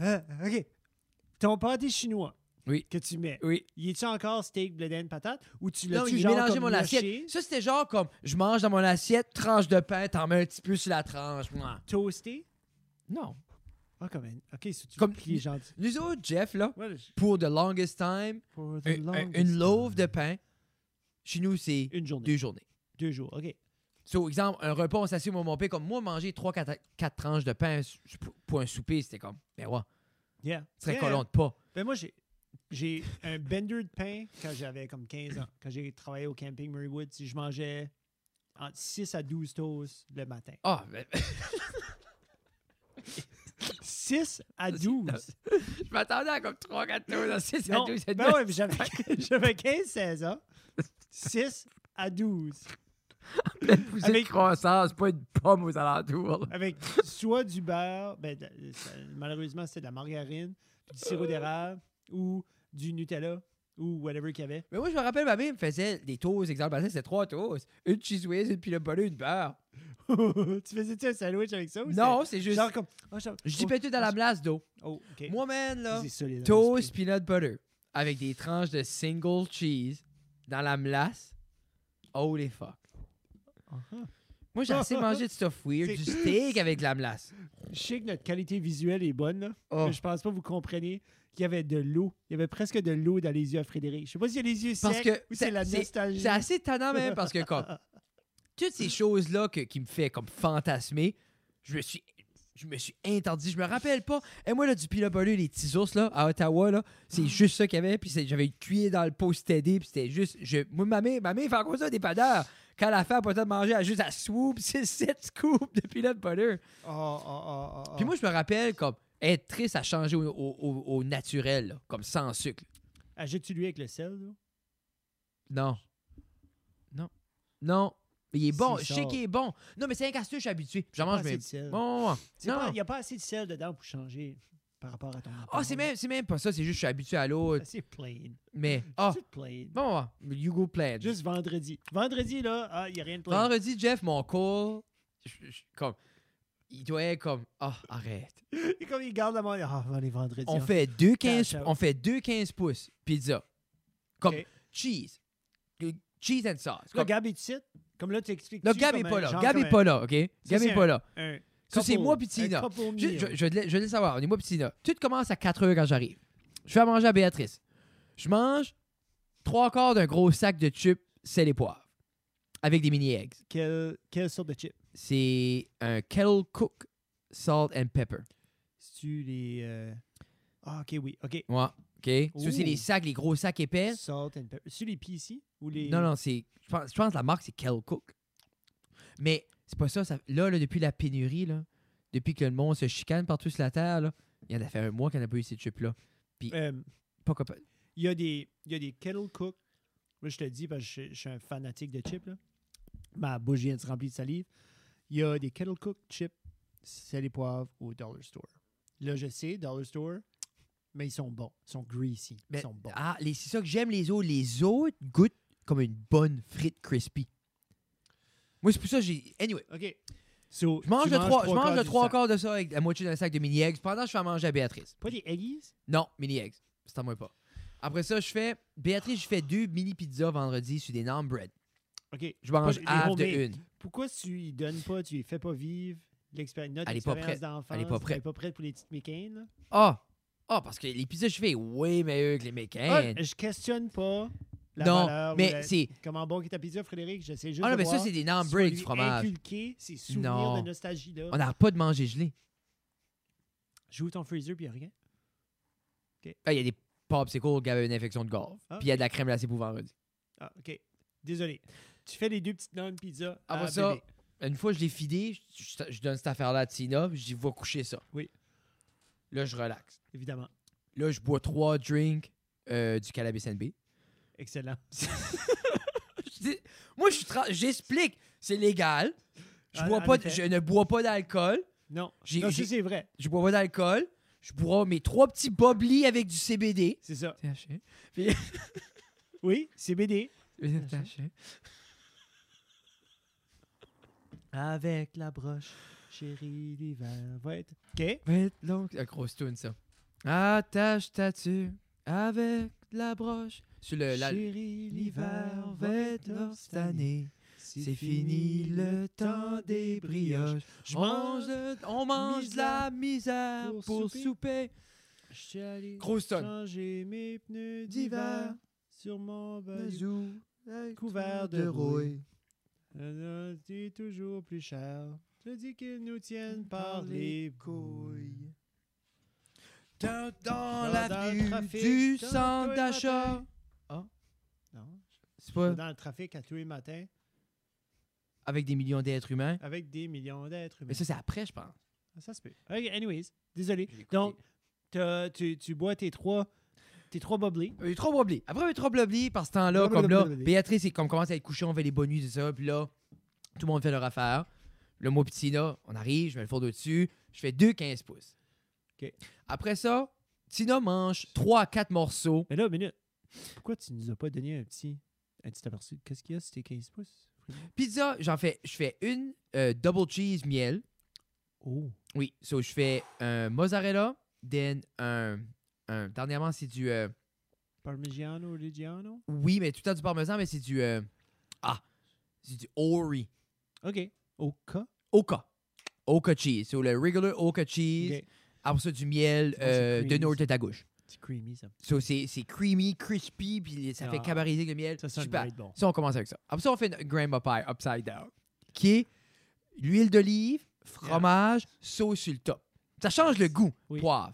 Speaker 2: Euh, OK. Ton pâté chinois
Speaker 1: Oui.
Speaker 2: que tu mets,
Speaker 1: Oui,
Speaker 2: y est-tu encore steak, bledin, patate ou tu
Speaker 1: non,
Speaker 2: l'as-tu
Speaker 1: j'ai
Speaker 2: genre
Speaker 1: mélangé
Speaker 2: comme
Speaker 1: mon
Speaker 2: haché,
Speaker 1: assiette. Ça, c'était genre comme, je mange dans mon assiette, tranche de pain, t'en mets un petit peu sur la tranche. Mouah.
Speaker 2: toasté?
Speaker 1: Non.
Speaker 2: Ah, quand même. OK, si tu
Speaker 1: Comme-
Speaker 2: comme plies gentil.
Speaker 1: Nous autres, Jeff, là,
Speaker 2: What is-
Speaker 1: pour the longest time,
Speaker 2: for the
Speaker 1: un- un-
Speaker 2: longest
Speaker 1: une loaf
Speaker 2: time.
Speaker 1: de pain, chez nous, c'est
Speaker 2: Une journée.
Speaker 1: deux journées.
Speaker 2: Deux jours, OK.
Speaker 1: So, exemple, un repas, on s'assied, moi, mon père, comme moi, manger 3-4 tranches de pain s- pour- pour un souper, c'était comme, ben ouais,
Speaker 2: Yeah.
Speaker 1: très
Speaker 2: Yeah.
Speaker 1: collant de pas.
Speaker 2: Ben moi, j'ai, j'ai un bender de pain quand j'avais comme 15 ans, quand j'ai travaillé au camping Murraywood. Si je mangeais entre 6 à 12 toasts le matin.
Speaker 1: Ah, ben,
Speaker 2: 6 à
Speaker 1: Non.
Speaker 2: 12?
Speaker 1: je m'attendais à comme 3-4 tours, là, 6 à
Speaker 2: Non,
Speaker 1: 12,
Speaker 2: ben ouais, mais j'avais, j'avais 15-16 ans. 6 à 12.
Speaker 1: avec
Speaker 2: avec-
Speaker 1: croissance, c'est pas une pomme aux alentours. là.
Speaker 2: Avec soit du beurre, ben, de- ça- malheureusement, c'était de la margarine, du sirop d'érable ou du Nutella ou whatever qu'il y avait.
Speaker 1: Mais moi, je me rappelle, ma mère me faisait des toasts, exemple, parce que c'était 3 toasts, une cheese whiz, une peanut butter, une beurre.
Speaker 2: tu faisais-tu un sandwich avec ça? Ou
Speaker 1: Non, c'est
Speaker 2: c'était
Speaker 1: juste,
Speaker 2: Genre comme. oh, genre-
Speaker 1: je dis pété dans la blasse d'eau.
Speaker 2: Oh, OK.
Speaker 1: Moi, man, là,
Speaker 2: C'est solide, hein, l'esprit.
Speaker 1: Toast peanut butter avec des tranches de single cheese dans la melasse. Holy fuck.
Speaker 2: Uh-huh.
Speaker 1: Moi, j'ai assez mangé de stuff weird,
Speaker 2: C'est-
Speaker 1: du steak avec de la melasse.
Speaker 2: Je sais que notre qualité visuelle est bonne, là,
Speaker 1: Oh.
Speaker 2: mais je pense pas que vous compreniez qu'il y avait de l'eau. Il y avait presque de l'eau dans les yeux à Frédéric. Je sais pas s'il y a les yeux
Speaker 1: Parce
Speaker 2: secs
Speaker 1: que
Speaker 2: ou c'est la nostalgie.
Speaker 1: C'est assez tannant même parce que comme toutes ces choses-là que- qui me fait comme fantasmer, je me suis je me suis interdit, je me rappelle pas. Et moi là du peanut butter les petits ours là à Ottawa là, c'est juste ça qu'il y avait puis c'est- j'avais une cuillère dans le pot c'était aidé, puis c'était juste je moi ma mère, ma mère fait encore ça des padeurs. Quand la femme a pas le temps de manger, elle a juste à swoop, c'est sept scoops de peanut butter.
Speaker 2: Oh, oh, oh, oh, oh.
Speaker 1: Puis moi je me rappelle comme être triste à changer au, au- au- au naturel là, comme sans sucre.
Speaker 2: Ajoutes-tu lui avec le sel, là?
Speaker 1: Non. Non. Non. Mais il est bon.
Speaker 2: S'il
Speaker 1: Je sais
Speaker 2: sort.
Speaker 1: qu'il est bon. Non, mais c'est un casse-tête, je suis habitué. J'en mange,
Speaker 2: Pas
Speaker 1: mais.
Speaker 2: assez de sel.
Speaker 1: Bon, ouais.
Speaker 2: C'est
Speaker 1: Non.
Speaker 2: pas- Il n'y a pas assez de sel dedans pour changer par rapport à ton.
Speaker 1: Ah, c'est même, c'est même pas ça. C'est juste que je suis habitué à l'autre.
Speaker 2: C'est plain.
Speaker 1: Mais. Ah,
Speaker 2: C'est plain.
Speaker 1: bon, ouais. You go play.
Speaker 2: Juste vendredi. Vendredi, là, ah, il n'y a rien de plain.
Speaker 1: Vendredi, Jeff, mon call. je- je- Comme. Il doit être comme. Ah, arrête.
Speaker 2: Et comme il garde la main, ah, on est vendredi.
Speaker 1: On
Speaker 2: hein.
Speaker 1: fait deux 15,
Speaker 2: Cash out.
Speaker 1: on fait deux 15 pouces pizza. Comme
Speaker 2: Ok.
Speaker 1: cheese. Euh, Cheese and sauce.
Speaker 2: Là,
Speaker 1: Comme,
Speaker 2: Gab est ici. Comme là, tu expliques.
Speaker 1: là, Gab est pas là. Gab est pas là, OK? Gab
Speaker 2: c'est
Speaker 1: est pas là.
Speaker 2: Un
Speaker 1: Ça, c'est
Speaker 2: couple-
Speaker 1: moi puis
Speaker 2: un
Speaker 1: Tina.
Speaker 2: couple
Speaker 1: Je,
Speaker 2: meal.
Speaker 1: je, je, te la- je vais le savoir. On est moi pis Tina. Tout commence à 4 heures quand j'arrive. Je fais à manger à Béatrice. Je mange trois quarts d'un gros sac de chips, sel et poivre. Avec des mini-eggs.
Speaker 2: Quelle, quelle sorte de chip?
Speaker 1: C'est un kettle cook salt and pepper.
Speaker 2: C'est-tu les... euh, Ah, OK, oui. OK.
Speaker 1: Ouais. OK? Ça, c'est
Speaker 2: Ooh.
Speaker 1: les sacs, les gros sacs épais.
Speaker 2: Salt and pepper. C'est-tu les PC ou les...
Speaker 1: Hein? Non, non, c'est. Je pense, je pense que la marque, c'est Kettle Cook. Mais c'est pas ça. ça- là, là, depuis la pénurie, là, depuis que le monde se chicane partout sur la terre, là, il y en a fait un mois qu'on n'a pas eu ces chips-là.
Speaker 2: Euh,
Speaker 1: Pas capable.
Speaker 2: Il y, a des- il y a des kettle cook. Moi, je te le dis parce que je, je suis un fanatique de chips. Là. Ma bouche vient de se remplir de salive. Il y a des kettle cook chips, sel et poivre au Dollar Store. Là, je sais, Dollar Store, mais ils sont bons. Ils sont greasy. Ils
Speaker 1: Mais-
Speaker 2: sont bons.
Speaker 1: Ah, les- c'est ça que j'aime, les autres. Les autres goûtent comme une bonne frite crispy. Moi, c'est pour ça que j'ai. Anyway,
Speaker 2: OK. So,
Speaker 1: je mange
Speaker 2: tu
Speaker 1: le
Speaker 2: manges
Speaker 1: trois, je
Speaker 2: quarts
Speaker 1: mange le
Speaker 2: du
Speaker 1: trois
Speaker 2: sac.
Speaker 1: quarts de ça avec la moitié d'un sac de mini-eggs. Pendant, je fais à manger à Béatrice.
Speaker 2: Pas des eggies?
Speaker 1: Non, mini-eggs. C'est à moi pas. Après ça, je fais. Béatrice, je fais deux mini-pizzas vendredi sur des naan bread.
Speaker 2: OK.
Speaker 1: Je mange
Speaker 2: des
Speaker 1: half de
Speaker 2: homemade.
Speaker 1: une.
Speaker 2: Pourquoi tu y donnes pas, tu les fais pas vivre l'expérience notre
Speaker 1: Elle est pas prête.
Speaker 2: expérience d'enfance?
Speaker 1: Elle est pas prête.
Speaker 2: Elle est pas prête pour les petites mécanes. là?
Speaker 1: Ah! Ah, parce que les pizzas, je fais way meilleur que les mécanes.
Speaker 2: Ah, je questionne pas la
Speaker 1: Eh, non,
Speaker 2: valeur ou
Speaker 1: mais
Speaker 2: la-
Speaker 1: c'est.
Speaker 2: Comment bon que ta pizza, Frédéric? J'essaie juste
Speaker 1: Ah non,
Speaker 2: de
Speaker 1: mais
Speaker 2: voir
Speaker 1: ça, c'est des naan
Speaker 2: si on
Speaker 1: bread avec
Speaker 2: lui
Speaker 1: du fromage.
Speaker 2: inculquer ces souvenirs
Speaker 1: Non.
Speaker 2: de nostalgie-là.
Speaker 1: On n'arrête pas de manger gelé.
Speaker 2: J'ouvre ton freezer, puis il a rien.
Speaker 1: Ah, Il y a des popsicles qui avaient une infection de gorge.
Speaker 2: Ah.
Speaker 1: Puis il y a de la crème glacée pour vendredi.
Speaker 2: Ah, OK. Désolé. Tu fais les deux petites nanes pizza
Speaker 1: Ah,
Speaker 2: à
Speaker 1: bah ça-
Speaker 2: bébé.
Speaker 1: Une fois, je l'ai fidé, je, je- je donne cette affaire-là à Tina, puis je dis, va coucher ça.
Speaker 2: Oui.
Speaker 1: Là, je relaxe.
Speaker 2: évidemment.
Speaker 1: Là, je bois trois drinks, euh, du cannabis NB.
Speaker 2: Excellent.
Speaker 1: Je dis- Moi, je suis tra- j'explique, c'est légal. Je,
Speaker 2: En-
Speaker 1: bois
Speaker 2: Ah, en
Speaker 1: pas,
Speaker 2: effet.
Speaker 1: je ne bois pas d'alcool.
Speaker 2: Non,
Speaker 1: J'ai-
Speaker 2: non ça,
Speaker 1: j'ai-
Speaker 2: c'est vrai.
Speaker 1: Je bois pas d'alcool. Je bois mes trois petits boblis avec du CBD.
Speaker 2: C'est ça.
Speaker 1: THC.
Speaker 2: Oui, CBD.
Speaker 1: THC.
Speaker 2: Avec la broche, chérie, l'hiver va être... OK.
Speaker 1: Va être long. La grosse tune, ça. Attache ta tue avec la broche. Sur le. la-
Speaker 2: Chérie,
Speaker 1: Euh, L'hiver va être là cette année. C'est fini le temps des brioches.
Speaker 2: Je
Speaker 1: On mange
Speaker 2: mange...
Speaker 1: de- on mange de la misère
Speaker 2: pour
Speaker 1: pour
Speaker 2: souper.
Speaker 1: souper.
Speaker 2: Je suis allé
Speaker 1: Grosse tonne.
Speaker 2: changer mes pneus
Speaker 1: D'hiver.
Speaker 2: d'hiver sur mon bazou.
Speaker 1: Bazou,
Speaker 2: couvert de rouille. Le note est toujours plus cher. Je dis qu'ils nous tiennent par les couilles.
Speaker 1: Dans, dans
Speaker 2: Dans
Speaker 1: l'avenue
Speaker 2: le trafic,
Speaker 1: du
Speaker 2: dans
Speaker 1: centre
Speaker 2: tous les
Speaker 1: d'achat.
Speaker 2: matins. Non,
Speaker 1: C'est
Speaker 2: je
Speaker 1: pas
Speaker 2: vais dans le trafic à tous les matins
Speaker 1: avec des millions d'êtres humains.
Speaker 2: avec des millions d'êtres humains.
Speaker 1: Mais ça, c'est après, je pense.
Speaker 2: Ah, Ça se peut. OK, anyways, désolé.
Speaker 1: Je l'ai écouté.
Speaker 2: Donc, t'as- tu, tu bois tes trois, tes trois boblés.
Speaker 1: Il y a eu trop blabli. Après, Ah, il y a eu trop blabli par ce temps-là,
Speaker 2: Blablabla,
Speaker 1: comme là.
Speaker 2: blablabla.
Speaker 1: Béatrice, comme commence à être couchée, on fait les bonnes nuits, tout ça. Puis là, tout le monde fait leur affaire. Le mot petit, là, on arrive, je mets le four dessus. Je fais deux 15 pouces.
Speaker 2: OK.
Speaker 1: Après ça, Tina mange 3 à 4 morceaux.
Speaker 2: Mais là, minute. Pourquoi tu nous as pas donné un petit, un petit aperçu? de Qu'est-ce qu'il y a sur tes 15 pouces? Bruno?
Speaker 1: Pizza, j'en fais, je fais une euh, double cheese miel.
Speaker 2: Oh,
Speaker 1: Oui, so je fais un mozzarella, then un, un- dernièrement c'est du euh,
Speaker 2: Parmigiano Reggiano?
Speaker 1: oui, mais tout le temps du parmesan, mais c'est du euh, ah, c'est du Ori,
Speaker 2: OK. Au cas.
Speaker 1: Oka. Oka cheese, so le regular Oka cheese,
Speaker 2: OK.
Speaker 1: après ça du miel
Speaker 2: Ah, c'est
Speaker 1: euh, de
Speaker 2: creamy,
Speaker 1: nord de ta gauche.
Speaker 2: C'est creamy, ça.
Speaker 1: So c'est c'est creamy, crispy, puis ça fait
Speaker 2: Ah,
Speaker 1: cabariser le miel.
Speaker 2: Ça sonne
Speaker 1: Super.
Speaker 2: great bon.
Speaker 1: Ça, on commence avec ça. Après ça, on fait une grandma pie upside down, qui est l'huile d'olive, fromage, sauce sur le top. Ça change le goût,
Speaker 2: Oui.
Speaker 1: poivre.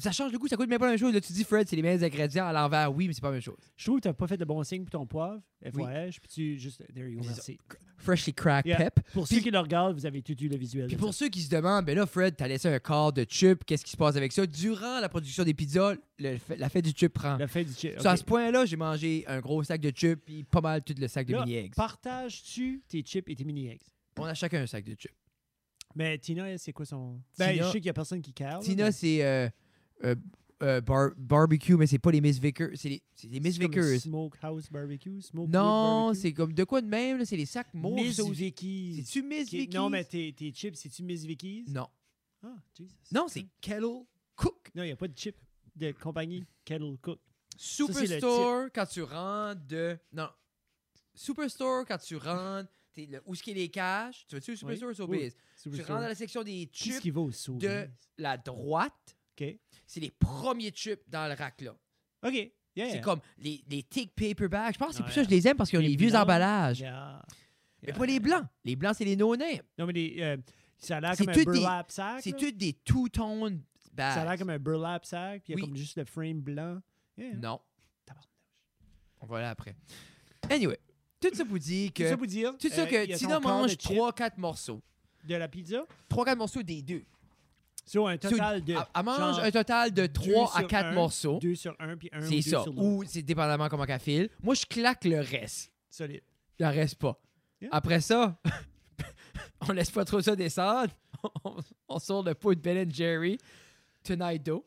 Speaker 1: Ça change le goût, ça coûte même pas la même chose. Là, tu dis, Fred, c'est les mêmes ingrédients à l'envers. Oui, mais c'est pas la même chose.
Speaker 2: Je trouve que t'as pas fait de bon signe pour ton poivre. FYH, puis tu juste... There you go,
Speaker 1: Mais
Speaker 2: merci.
Speaker 1: Freshly cracked
Speaker 2: Yeah.
Speaker 1: pep.
Speaker 2: Pour
Speaker 1: Puis-
Speaker 2: ceux qui le regardent, vous avez tout eu le visuel.
Speaker 1: Puis
Speaker 2: de
Speaker 1: pour
Speaker 2: ça.
Speaker 1: ceux qui se demandent, ben là, Fred, t'as laissé un quart de chip. Qu'est-ce qui se passe avec ça? Durant la production des pizzas, le fait- la fête du chip prend.
Speaker 2: La fin du chip.
Speaker 1: So, à ce point-là, j'ai mangé un gros sac de chips puis pas mal tout le sac de
Speaker 2: Là,
Speaker 1: mini-eggs.
Speaker 2: Partages-tu tes chips et tes mini-eggs?
Speaker 1: On a chacun un sac de chips.
Speaker 2: Mais Tina, elle, c'est quoi son. Ben,
Speaker 1: Tina-
Speaker 2: je sais qu'il y a personne qui carre. là,
Speaker 1: Tina,
Speaker 2: mais
Speaker 1: c'est euh, euh, euh, bar- barbecue, mais c'est pas les Miss Vickers. C'est les, c'est les Miss
Speaker 2: c'est comme le
Speaker 1: Vickers.
Speaker 2: Smokehouse barbecue, smoke
Speaker 1: Non, c'est comme de quoi de même, là, c'est les sacs mauves.
Speaker 2: Miss
Speaker 1: ça aussi.
Speaker 2: Vicky's.
Speaker 1: C'est-tu Miss
Speaker 2: Ok,
Speaker 1: Vickers?
Speaker 2: Non, mais tes, tes chips, c'est-tu Miss Vicky's?
Speaker 1: Non,
Speaker 2: Ah, Jesus.
Speaker 1: Non, c'est Kettle Cook.
Speaker 2: Non, il n'y a pas de chip de compagnie Kettle Cook. c'est le type.
Speaker 1: Superstore, quand tu rentres de. Non. Superstore, quand tu rentres. t'es le- Où est-ce qu'il y a les caches? Tu veux-tu Superstore ou
Speaker 2: Oui.
Speaker 1: Sobeys? Tu rentres dans la section des
Speaker 2: Qu'est-ce
Speaker 1: chips,
Speaker 2: qui va au sous?
Speaker 1: de- la droite.
Speaker 2: OK.
Speaker 1: C'est les premiers chips dans le rack, là.
Speaker 2: OK. Yeah, yeah.
Speaker 1: C'est comme les, les thick paper bags. Je pense que c'est
Speaker 2: Ah,
Speaker 1: pour ça
Speaker 2: yeah.
Speaker 1: que je les aime parce qu'ils ont
Speaker 2: Eh. Les
Speaker 1: les vieux
Speaker 2: blancs,
Speaker 1: emballages.
Speaker 2: Yeah.
Speaker 1: Mais pas les blancs. Les blancs, c'est les no-names.
Speaker 2: Non, mais les, euh, ça a l'air
Speaker 1: C'est
Speaker 2: comme un
Speaker 1: tout des-
Speaker 2: burlap sac.
Speaker 1: C'est
Speaker 2: là.
Speaker 1: toutes des two-tone bags.
Speaker 2: Ça a l'air comme un burlap sac, puis il y a
Speaker 1: Oui.
Speaker 2: comme juste le frame blanc. Yeah.
Speaker 1: Non.
Speaker 2: Tabarnak.
Speaker 1: On va là après. Anyway, tout ça pour dire
Speaker 2: Tout
Speaker 1: que...
Speaker 2: ça pour dire.
Speaker 1: Tout ça
Speaker 2: euh, il y
Speaker 1: que
Speaker 2: a son
Speaker 1: Tina
Speaker 2: corps de
Speaker 1: mange
Speaker 2: chips
Speaker 1: 3-4 morceaux.
Speaker 2: De la pizza.
Speaker 1: 3-4 morceaux des deux.
Speaker 2: Sur un
Speaker 1: So,
Speaker 2: total de.
Speaker 1: Elle, elle mange
Speaker 2: genre
Speaker 1: un total de 3 à
Speaker 2: sur
Speaker 1: 4
Speaker 2: un,
Speaker 1: morceaux.
Speaker 2: Deux sur un, puis un ou
Speaker 1: C'est
Speaker 2: deux
Speaker 1: ça.
Speaker 2: sur l'autre.
Speaker 1: Ou c'est dépendamment comment qu'elle file. Moi, je claque le reste.
Speaker 2: Solide.
Speaker 1: Il en reste pas.
Speaker 2: Yeah.
Speaker 1: Après ça, on laisse pas trop ça descendre. on, on sort le pot de Ben Jerry. Tonight Do.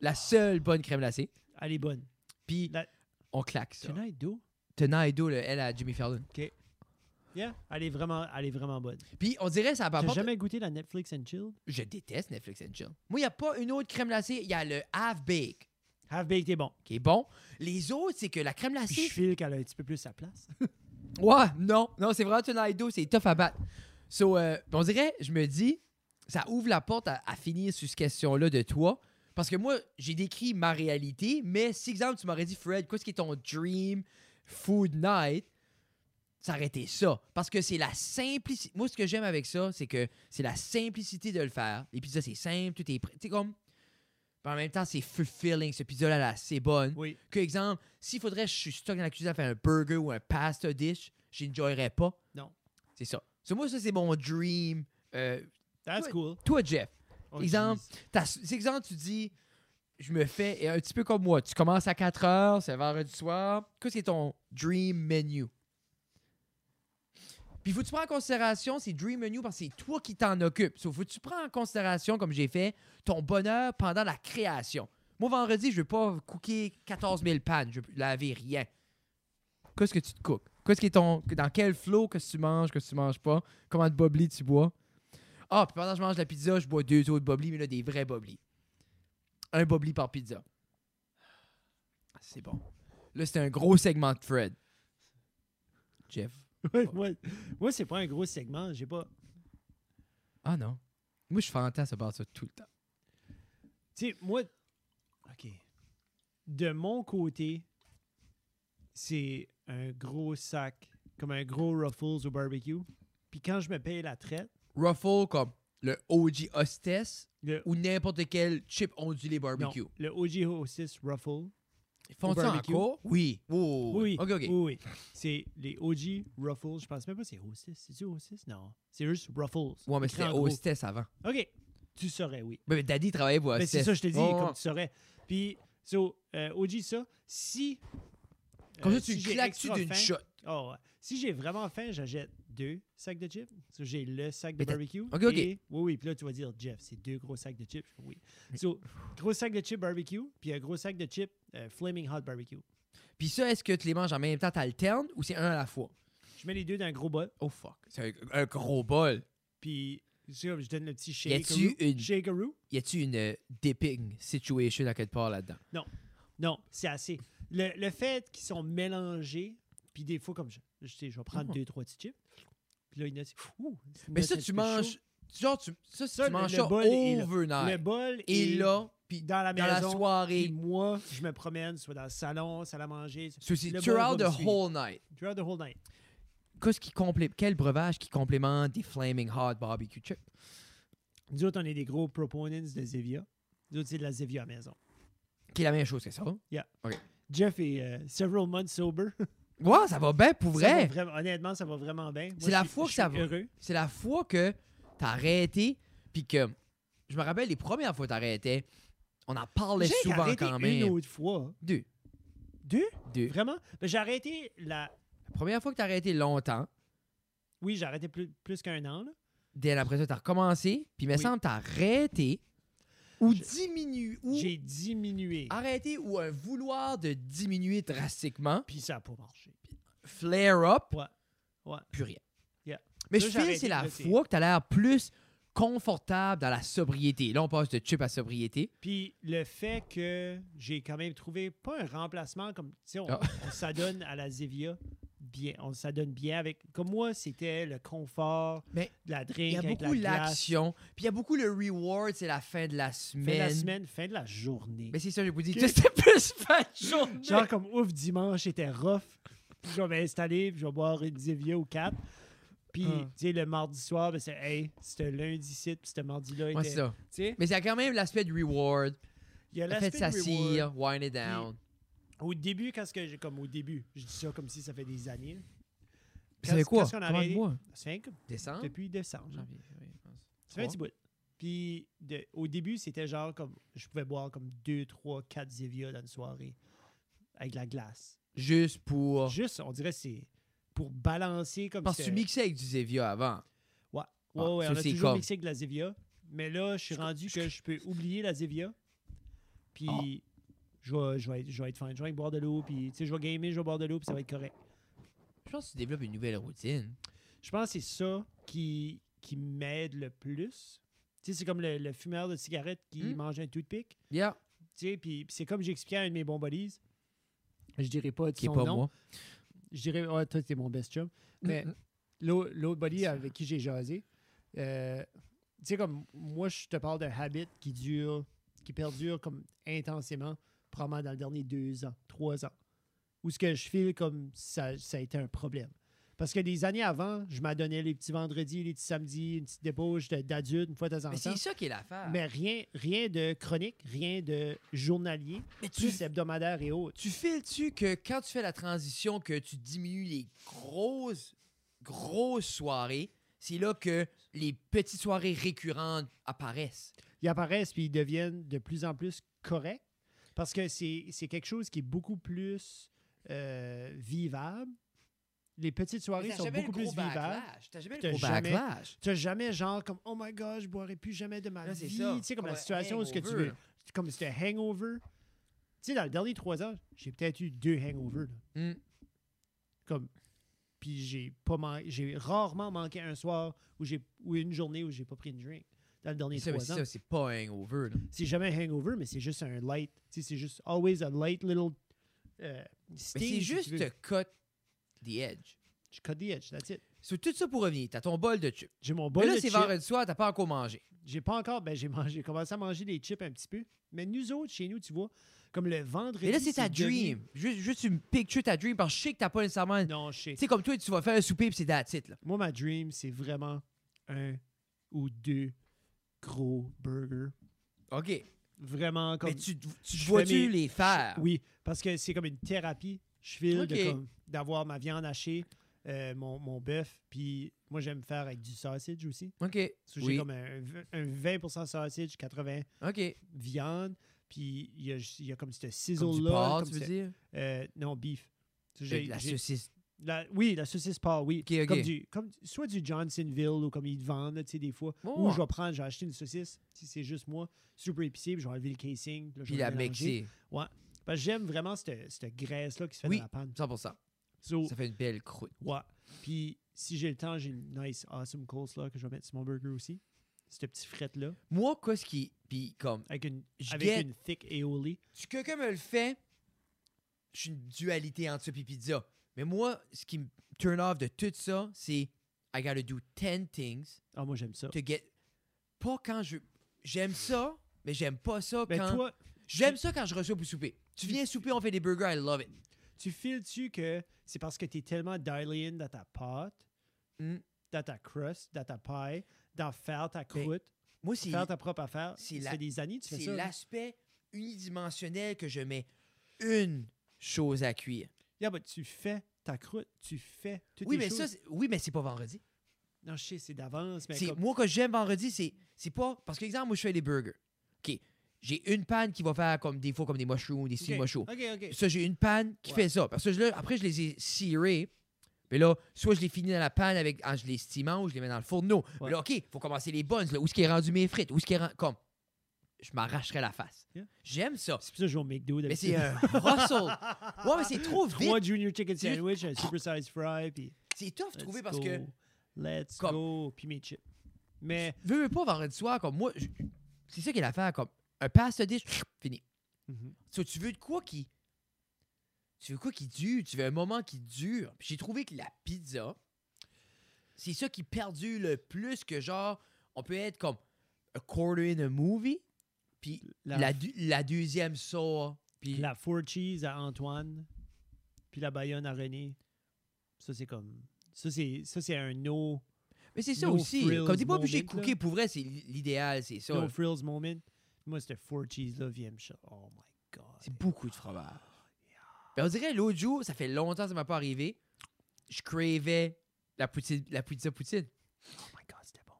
Speaker 1: La seule bonne crème glacée.
Speaker 2: Elle est bonne.
Speaker 1: Puis
Speaker 2: La-
Speaker 1: on claque ça.
Speaker 2: Tonight, do.
Speaker 1: Tonight Do, le L à Jimmy Fallon.
Speaker 2: Yeah, elle est vraiment, elle est vraiment bonne.
Speaker 1: Puis on dirait ça va
Speaker 2: T'as
Speaker 1: pas.
Speaker 2: jamais goûté la Netflix and Chill?
Speaker 1: Je déteste Netflix and Chill. Moi, il n'y a pas une autre crème glacée. Il y a le Half Bake
Speaker 2: Half Baked est bon.
Speaker 1: qui est bon. Les autres, c'est que la crème
Speaker 2: Puis je
Speaker 1: glacée.
Speaker 2: file qu'elle a un petit peu plus sa place.
Speaker 1: Ouais, non. Non, c'est vraiment Tonight Do. C'est tough à battre. So, euh, on dirait, je me dis, ça ouvre la porte à, à finir sur cette question-là de toi. Parce que moi, j'ai décrit ma réalité, mais si, exemple, tu m'aurais dit, Fred, qu'est-ce qui est ton dream food night? Ça aurait été ça. Parce que c'est la simplicité. Moi, ce que j'aime avec ça, c'est que c'est la simplicité de le faire. Les pizzas, c'est simple, tout est prêt. Tu sais, comme. Puis en même temps, c'est fulfilling. Ce pizza-là, là, c'est bonne.
Speaker 2: Oui.
Speaker 1: Que exemple, s'il faudrait que je suis stock dans la cuisine à faire un burger ou un pasta dish, j'enjoyerais pas.
Speaker 2: Non.
Speaker 1: C'est ça. So, moi, ça, c'est mon dream. Euh,
Speaker 2: That's
Speaker 1: Ouais.
Speaker 2: cool.
Speaker 1: toi, Jeff,
Speaker 2: Oh,
Speaker 1: Exemple.
Speaker 2: jeez.
Speaker 1: t'as- c'est exemple, tu dis, je me fais, et un petit peu comme moi, tu commences à 4 heures, c'est vers du soir. Qu'est-ce qui est ton dream menu? Puis faut-tu prendre en considération, c'est dream menu parce que c'est toi qui t'en occupes. So, faut-tu prendre en considération, comme j'ai fait, ton bonheur pendant la création. Moi, vendredi, je veux pas cooker 14 000 pannes, je veux laver rien. Qu'est-ce que tu te cookes? Qu'est-ce qui est ton. Dans quel flow que tu manges, que tu manges pas? Comment de bobli tu bois? Ah, puis pendant que je mange la pizza, je bois deux autres bobli, mais là, des vrais bobli. Un bobli par pizza. C'est bon. Là, c'était un gros segment de Fred. Jeff.
Speaker 2: Ouais, moi, moi, c'est pas un gros segment. J'ai pas.
Speaker 1: Ah non. Moi, je fantasme à ça tout le temps.
Speaker 2: Tu sais, moi. OK. De mon côté, c'est un gros sac, comme un gros Ruffles au barbecue. Puis quand je me paye la traite,
Speaker 1: Ruffle comme le OG Hostess
Speaker 2: le,
Speaker 1: ou n'importe quel chip ondulé
Speaker 2: non,
Speaker 1: barbecue.
Speaker 2: le OG Hostess Ruffle.
Speaker 1: Ils font
Speaker 2: Au
Speaker 1: ça
Speaker 2: barbecue?
Speaker 1: encore? Oui. Oh,
Speaker 2: Oui,
Speaker 1: OK, OK.
Speaker 2: oui, oui. C'est les OG Ruffles. Je pense même pas que c'est Hostess. C'est-tu Hostess? Non. C'est juste Ruffles.
Speaker 1: Ouais, mais
Speaker 2: Écrit
Speaker 1: c'était
Speaker 2: en gros.
Speaker 1: Hostess avant.
Speaker 2: OK. Tu saurais, oui.
Speaker 1: Mais mais Daddy travaillait pour
Speaker 2: Mais
Speaker 1: Hostess.
Speaker 2: Ben, c'est ça, je te dis,
Speaker 1: Ah, Ouais,
Speaker 2: comme
Speaker 1: ouais.
Speaker 2: tu saurais. Puis, so, euh, OG, ça, si.
Speaker 1: Comme
Speaker 2: euh,
Speaker 1: ça, tu
Speaker 2: si j'ai
Speaker 1: claques dessus
Speaker 2: extra
Speaker 1: d'une
Speaker 2: faim-
Speaker 1: shot.
Speaker 2: Oh, ouais. Si j'ai vraiment faim, j'achète deux sacs de chips. So, j'ai le sac de
Speaker 1: Mais t'as-
Speaker 2: barbecue.
Speaker 1: Ok, ok.
Speaker 2: et- Oui, oui. Puis là, tu vas dire, Jeff, c'est deux gros sacs de chips. Oui. So, gros sac de chips barbecue, puis un gros sac de chips euh, Flaming Hot Barbecue.
Speaker 1: Puis ça, est-ce que tu les manges en même temps, t'alternes ou c'est un à la fois?
Speaker 2: Je mets les deux dans un gros bol,
Speaker 1: Oh fuck. C'est un, un gros bol.
Speaker 2: puis c'est comme, je donne le petit
Speaker 1: Y a-tu
Speaker 2: shakeroo.
Speaker 1: une-
Speaker 2: Shakeroo?
Speaker 1: Y a-tu une euh, dipping situation à quelque part là-dedans?
Speaker 2: Non, c'est assez. Le, le fait qu'ils sont mélangés, puis des fois, comme je, je sais, je vais prendre
Speaker 1: Mhm.
Speaker 2: deux, trois petits chips. Puis là, il y en a, c'est- ouh, c'est
Speaker 1: Mais
Speaker 2: notre
Speaker 1: ça,
Speaker 2: petit
Speaker 1: tu
Speaker 2: peu chaud.
Speaker 1: manges. Genre, tu, ça,
Speaker 2: Ça,
Speaker 1: tu
Speaker 2: le-
Speaker 1: manges
Speaker 2: le
Speaker 1: ça
Speaker 2: bol est là.
Speaker 1: overnight.
Speaker 2: Le bol
Speaker 1: et
Speaker 2: est
Speaker 1: là, puis
Speaker 2: dans la
Speaker 1: dans la
Speaker 2: maison. puis
Speaker 1: soirée,
Speaker 2: moi, je me promène, soit dans le salon, salle à manger, soit-
Speaker 1: ceci,
Speaker 2: le bol
Speaker 1: throughout
Speaker 2: va me
Speaker 1: the
Speaker 2: suivre.
Speaker 1: whole night.
Speaker 2: throughout the whole night.
Speaker 1: Qu'est-ce qui complé- quel breuvage qui complémente des Flaming Hot Barbecue Chips?
Speaker 2: Nous autres, on est des gros proponents de Zevia. Nous autres, c'est de la Zevia à la maison.
Speaker 1: Qui est la même chose que ça.
Speaker 2: Jeff est euh, several months sober.
Speaker 1: Ouais, ça va bien pour
Speaker 2: Ça va
Speaker 1: vrai.
Speaker 2: vraiment- honnêtement, ça va vraiment bien. Moi,
Speaker 1: C'est la
Speaker 2: je suis-
Speaker 1: fois que
Speaker 2: je suis
Speaker 1: ça va.
Speaker 2: heureux.
Speaker 1: C'est la fois que t'as arrêté, puis que. Je me rappelle les premières fois que t'arrêtais, on en parlait
Speaker 2: J'ai
Speaker 1: souvent
Speaker 2: arrêté
Speaker 1: quand
Speaker 2: une
Speaker 1: même.
Speaker 2: autre fois.
Speaker 1: Deux.
Speaker 2: Deux?
Speaker 1: Deux.
Speaker 2: Vraiment? Ben, j'ai arrêté la...
Speaker 1: La première fois que t'as arrêté longtemps,
Speaker 2: Oui, j'ai arrêté plus, plus qu'un an. là.
Speaker 1: dès après ça, t'as recommencé, puis il me
Speaker 2: Oui.
Speaker 1: semble que t'as arrêté ou
Speaker 2: Je-
Speaker 1: diminué. Ou
Speaker 2: J'ai diminué.
Speaker 1: arrêté ou un vouloir de diminuer drastiquement,
Speaker 2: Puis ça n'a pas marché.
Speaker 1: flare up,
Speaker 2: Ouais. Ouais.
Speaker 1: plus rien.
Speaker 2: Yeah.
Speaker 1: Mais
Speaker 2: Ça,
Speaker 1: je
Speaker 2: j'ai
Speaker 1: file,
Speaker 2: arrêté
Speaker 1: c'est
Speaker 2: de
Speaker 1: la
Speaker 2: le faire.
Speaker 1: fois que t'as l'air plus confortable dans la sobriété. Là, on passe de chip à sobriété.
Speaker 2: Puis le fait que j'ai quand même trouvé pas un remplacement comme tu sais on,
Speaker 1: Ah.
Speaker 2: on s'adonne à la Zevia bien, on s'adonne bien avec comme moi c'était le confort,
Speaker 1: Mais
Speaker 2: de la
Speaker 1: Il
Speaker 2: drink,
Speaker 1: y a
Speaker 2: avec
Speaker 1: beaucoup
Speaker 2: la glace.
Speaker 1: l'action, puis il y a beaucoup le reward, c'est la fin de la
Speaker 2: Fin
Speaker 1: semaine.
Speaker 2: de la semaine, fin de la journée.
Speaker 1: Mais c'est ça, je vous dis,
Speaker 2: Ok.
Speaker 1: c'était plus fin de journée.
Speaker 2: Genre comme ouf dimanche était rough, puis je vais m'installer, puis je vais boire une Zevia ou quatre. Puis
Speaker 1: Ah.
Speaker 2: tu sais le mardi soir ben c'est hey, c'était lundi ci puis c'était mardi là
Speaker 1: Ouais,
Speaker 2: était.
Speaker 1: c'est ça.
Speaker 2: Tu sais,
Speaker 1: Mais c'est quand même l'aspect du reward,
Speaker 2: il y a
Speaker 1: le fait de
Speaker 2: l'aspect de reward.
Speaker 1: s'assire, wind it down.
Speaker 2: Au début, quand ce que j'ai comme au début, je dis ça comme si ça fait des années.
Speaker 1: Vous
Speaker 2: Quand-
Speaker 1: savez quoi?
Speaker 2: quand on a
Speaker 1: Combien de
Speaker 2: arrêté-
Speaker 1: mois?
Speaker 2: Ça fait comme
Speaker 1: Décembre?
Speaker 2: depuis décembre.
Speaker 1: Janvier, oui, je pense.
Speaker 2: Ça fait un
Speaker 1: Hein? Trois.
Speaker 2: petit bout. Puis de- au début, c'était genre comme je pouvais boire comme 2, 3, 4 Zevia dans une soirée avec de la glace.
Speaker 1: Juste pour...
Speaker 2: Juste, on dirait c'est pour balancer comme
Speaker 1: Parce que
Speaker 2: c'était-
Speaker 1: tu mixais avec du Zevia avant.
Speaker 2: Ouais, ouais,
Speaker 1: Ah,
Speaker 2: ouais,
Speaker 1: ça,
Speaker 2: on a
Speaker 1: c'est
Speaker 2: toujours
Speaker 1: comme-
Speaker 2: mixé avec de la Zevia. Mais là, je suis
Speaker 1: Je-
Speaker 2: rendu
Speaker 1: je- Ah.
Speaker 2: que je peux oublier la Zevia. Puis je, vais, je, vais être, je vais être fine. Je vais boire de l'eau. Puis tu sais, je vais gamer, je vais boire de l'eau. Puis ça va être correct.
Speaker 1: Je pense que tu développes une nouvelle routine.
Speaker 2: Je pense que c'est ça qui, qui m'aide le plus. Tu sais, c'est comme le, le fumeur de cigarette qui
Speaker 1: Mm.
Speaker 2: mange un toothpick.
Speaker 1: Yeah.
Speaker 2: Tu sais, puis puis c'est comme j'expliquais à un de mes bons buddies. Je dirais pas
Speaker 1: Qui est
Speaker 2: son
Speaker 1: pas
Speaker 2: nom.
Speaker 1: moi.
Speaker 2: Je dirais, ouais, toi, t'es mon best chum. Mais l'au- l'autre buddy avec qui j'ai jasé, euh, tu sais, comme moi, je te parle d'un habit qui dure, qui perdure comme intensément, probablement dans les derniers deux ans, trois ans. Ou ce que je file comme ça, ça a été un problème. Parce que des années avant, je m'adonnais les petits vendredis, les petits samedis, une petite débauche de- d'adulte, une fois de temps en
Speaker 1: Mais
Speaker 2: temps.
Speaker 1: c'est ça qui est l'affaire.
Speaker 2: Mais rien, rien de chronique, rien de journalier,
Speaker 1: Mais tu,
Speaker 2: juste hebdomadaire et autres.
Speaker 1: tu files-tu que quand tu fais la transition, que tu diminues les grosses, grosses soirées, c'est là que les petites soirées récurrentes apparaissent.
Speaker 2: ils apparaissent puis ils deviennent de plus en plus corrects parce que c'est c'est quelque chose qui est beaucoup plus euh, vivable. Les petites soirées
Speaker 1: T'as
Speaker 2: sont
Speaker 1: jamais le
Speaker 2: beaucoup plus
Speaker 1: gros
Speaker 2: vivables.
Speaker 1: backlash. T'as jamais
Speaker 2: T'as
Speaker 1: le gros
Speaker 2: jamais-
Speaker 1: backlash.
Speaker 2: Tu n'as jamais genre comme Oh my god, je boirai plus jamais de ma
Speaker 1: Là, c'est
Speaker 2: vie.
Speaker 1: ça.
Speaker 2: Tu sais, comme,
Speaker 1: Comme
Speaker 2: la
Speaker 1: un
Speaker 2: situation où ce que tu
Speaker 1: hangover.
Speaker 2: veux. Comme c'était hangover. Tu sais, dans les derniers trois ans, j'ai peut-être eu deux hangovers. là.
Speaker 1: Mm.
Speaker 2: Comme. Puis j'ai pas man- j'ai rarement manqué un soir ou j'ai ou une journée où j'ai pas pris une drink dans les derniers
Speaker 1: Ça, mais
Speaker 2: trois ans.
Speaker 1: ça, c'est pas un hangover. là.
Speaker 2: C'est jamais un hangover, mais c'est juste un light. Tu sais, c'est juste always a light little euh,
Speaker 1: Mais
Speaker 2: sting, si
Speaker 1: c'est
Speaker 2: tu
Speaker 1: juste
Speaker 2: veux.
Speaker 1: te cut the edge.
Speaker 2: Je cut the edge, that's it.
Speaker 1: Sur tout ça pour revenir, t'as ton bol de chips.
Speaker 2: J'ai mon
Speaker 1: Mais
Speaker 2: bol
Speaker 1: là,
Speaker 2: de
Speaker 1: c'est
Speaker 2: chips.
Speaker 1: vendredi soir, t'as pas encore mangé.
Speaker 2: J'ai pas encore, ben j'ai mangé, j'ai commencé à manger des chips un petit peu. Mais nous autres, chez nous, tu vois, comme le vendredi.
Speaker 1: Mais là, c'est ta
Speaker 2: devenu-
Speaker 1: dream. Juste, juste tu me pictures ta dream parce que je sais que t'as pas nécessairement. Tu
Speaker 2: Non, je sais.
Speaker 1: sais, comme toi, tu vas faire un souper pis c'est that's it, là.
Speaker 2: Moi, ma dream, c'est vraiment un ou deux gros burgers.
Speaker 1: OK.
Speaker 2: Vraiment comme.
Speaker 1: Mais tu, tu
Speaker 2: je fais
Speaker 1: vois-tu
Speaker 2: mes-
Speaker 1: les faire?
Speaker 2: Oui, parce que c'est comme une thérapie. Je file de
Speaker 1: Ah. Ok.
Speaker 2: comme- d'avoir ma viande hachée, euh, mon, mon bœuf, puis moi, j'aime faire avec du sausage aussi.
Speaker 1: OK.
Speaker 2: So, J'ai
Speaker 1: oui.
Speaker 2: comme un, v- un 20% sausage, 80
Speaker 1: OK.
Speaker 2: viande, puis il y a, il y a comme ce
Speaker 1: Comme du
Speaker 2: sizzle-là.
Speaker 1: porc,
Speaker 2: comme
Speaker 1: tu veux
Speaker 2: ce-
Speaker 1: dire?
Speaker 2: euh, non, beef. So,
Speaker 1: Avec
Speaker 2: j'ai-
Speaker 1: la
Speaker 2: j'ai-
Speaker 1: saucisse.
Speaker 2: la- oui, la saucisse porc, oui.
Speaker 1: Ok, ok.
Speaker 2: Comme du, comme, soit du Johnsonville ou comme ils te vendent, là, tu sais, des fois.
Speaker 1: Ouais,
Speaker 2: Ou
Speaker 1: ouais.
Speaker 2: je vais prendre, je vais acheter une saucisse, si c'est juste moi, super épicée, puis je vais enlever le casing. là, je
Speaker 1: Puis
Speaker 2: vais
Speaker 1: la
Speaker 2: mélanger.
Speaker 1: mixer.
Speaker 2: Parce que j'aime vraiment cette, cette graisse-là qui se fait
Speaker 1: Oui.
Speaker 2: dans la panne.
Speaker 1: 100
Speaker 2: So,
Speaker 1: Ça fait une belle croûte.
Speaker 2: Ouais. Puis si j'ai le temps, j'ai une nice awesome coleslaw que je vais mettre sur mon burger aussi. Cette petite frette-là.
Speaker 1: Moi, qu'est-ce qui. Puis comme.
Speaker 2: Avec une,
Speaker 1: Je
Speaker 2: avec
Speaker 1: guette.
Speaker 2: une thick aioli.
Speaker 1: Si quelqu'un me le fait, je suis une dualité entre ça et pizza. Mais moi, ce qui me turn off de tout ça, c'est I gotta do 10 things
Speaker 2: Ah, moi, j'aime ça.
Speaker 1: to get. Pas quand je. J'aime ça, mais j'aime pas ça
Speaker 2: Ben,
Speaker 1: quand.
Speaker 2: toi,
Speaker 1: J'aime ça quand je reçois pour souper. Tu viens souper, on fait des burgers, I love it.
Speaker 2: tu files-tu que c'est parce que t'es tellement dialé in dans ta pâte,
Speaker 1: Mm.
Speaker 2: dans ta crust, dans ta paille, dans faire ta
Speaker 1: Ben,
Speaker 2: croûte,
Speaker 1: Moi, c'est
Speaker 2: faire ta propre affaire.
Speaker 1: c'est
Speaker 2: ça
Speaker 1: la-
Speaker 2: fait des années que tu fais
Speaker 1: c'est
Speaker 2: ça. là.
Speaker 1: l'aspect unidimensionnel que je mets une chose à cuire.
Speaker 2: Yeah, but tu fais ta croûte, tu fais toutes
Speaker 1: Oui
Speaker 2: les
Speaker 1: mais, ça,
Speaker 2: choses.
Speaker 1: c'est- oui, mais c'est pas vendredi.
Speaker 2: Non, je sais, c'est d'avance, mais
Speaker 1: C'est-
Speaker 2: Ben, comme-
Speaker 1: Moi, que j'aime vendredi, c'est, c'est pas. Parce que, exemple, moi, je fais des burgers. OK. J'ai une panne qui va faire comme des fois comme des mushrooms, des steamed
Speaker 2: Ok,
Speaker 1: mushrooms.
Speaker 2: OK, OK.
Speaker 1: Ça, j'ai une panne qui
Speaker 2: Ouais.
Speaker 1: fait ça. Parce que là, après, je les ai cirés. Mais là, soit je les finis dans la panne avec, en je les steamant ou je les mets dans le fourneau.
Speaker 2: Ouais.
Speaker 1: Mais là, OK, faut commencer les buns. Là, où est-ce qui est rendu mes frites? Où est-ce qui est rendu. Comme. Je m'arracherais la face.
Speaker 2: Yeah.
Speaker 1: J'aime ça.
Speaker 2: C'est pour ça que je vais au McDo
Speaker 1: Mais c'est
Speaker 2: d'habitude.
Speaker 1: un Russell. Ouais, mais c'est trop vite.
Speaker 2: Trois junior chicken
Speaker 1: Juste-
Speaker 2: sandwich, un super size fry, puis...
Speaker 1: C'est tough de
Speaker 2: Let's
Speaker 1: trouver parce
Speaker 2: go.
Speaker 1: que.
Speaker 2: Let's
Speaker 1: Comme-
Speaker 2: go. Puis mes chips. Mais
Speaker 1: Veux, veux pas vendredi soir, comme moi. je- C'est ça qui est l'affaire. Comme un pasta dish, fini. So, tu veux de quoi qui. Tu veux quoi qui dure? Tu veux un moment qui dure. Puis J'ai trouvé que la pizza, c'est ça qui perdure le plus que genre, on peut être comme a quarter in a movie, puis
Speaker 2: la,
Speaker 1: la, du- la deuxième sort, puis
Speaker 2: la four cheese à Antoine. Puis la Bayonne à René. Ça, c'est comme. Ça, c'est, ça, c'est un no,
Speaker 1: Mais c'est ça
Speaker 2: no
Speaker 1: aussi.
Speaker 2: frills
Speaker 1: Comme t'es pas obligé de
Speaker 2: moment, là.
Speaker 1: cooker, pour vrai, c'est l'idéal, c'est ça.
Speaker 2: no frills moment. Moi, ce four cheese-là vient me ch- Oh my God.
Speaker 1: C'est beaucoup de fromage. Ben, on dirait l'autre jour, ça fait longtemps que ça m'a pas arrivé, je cravais la poutine, la pizza poutine.
Speaker 2: Oh my God, c'était bon.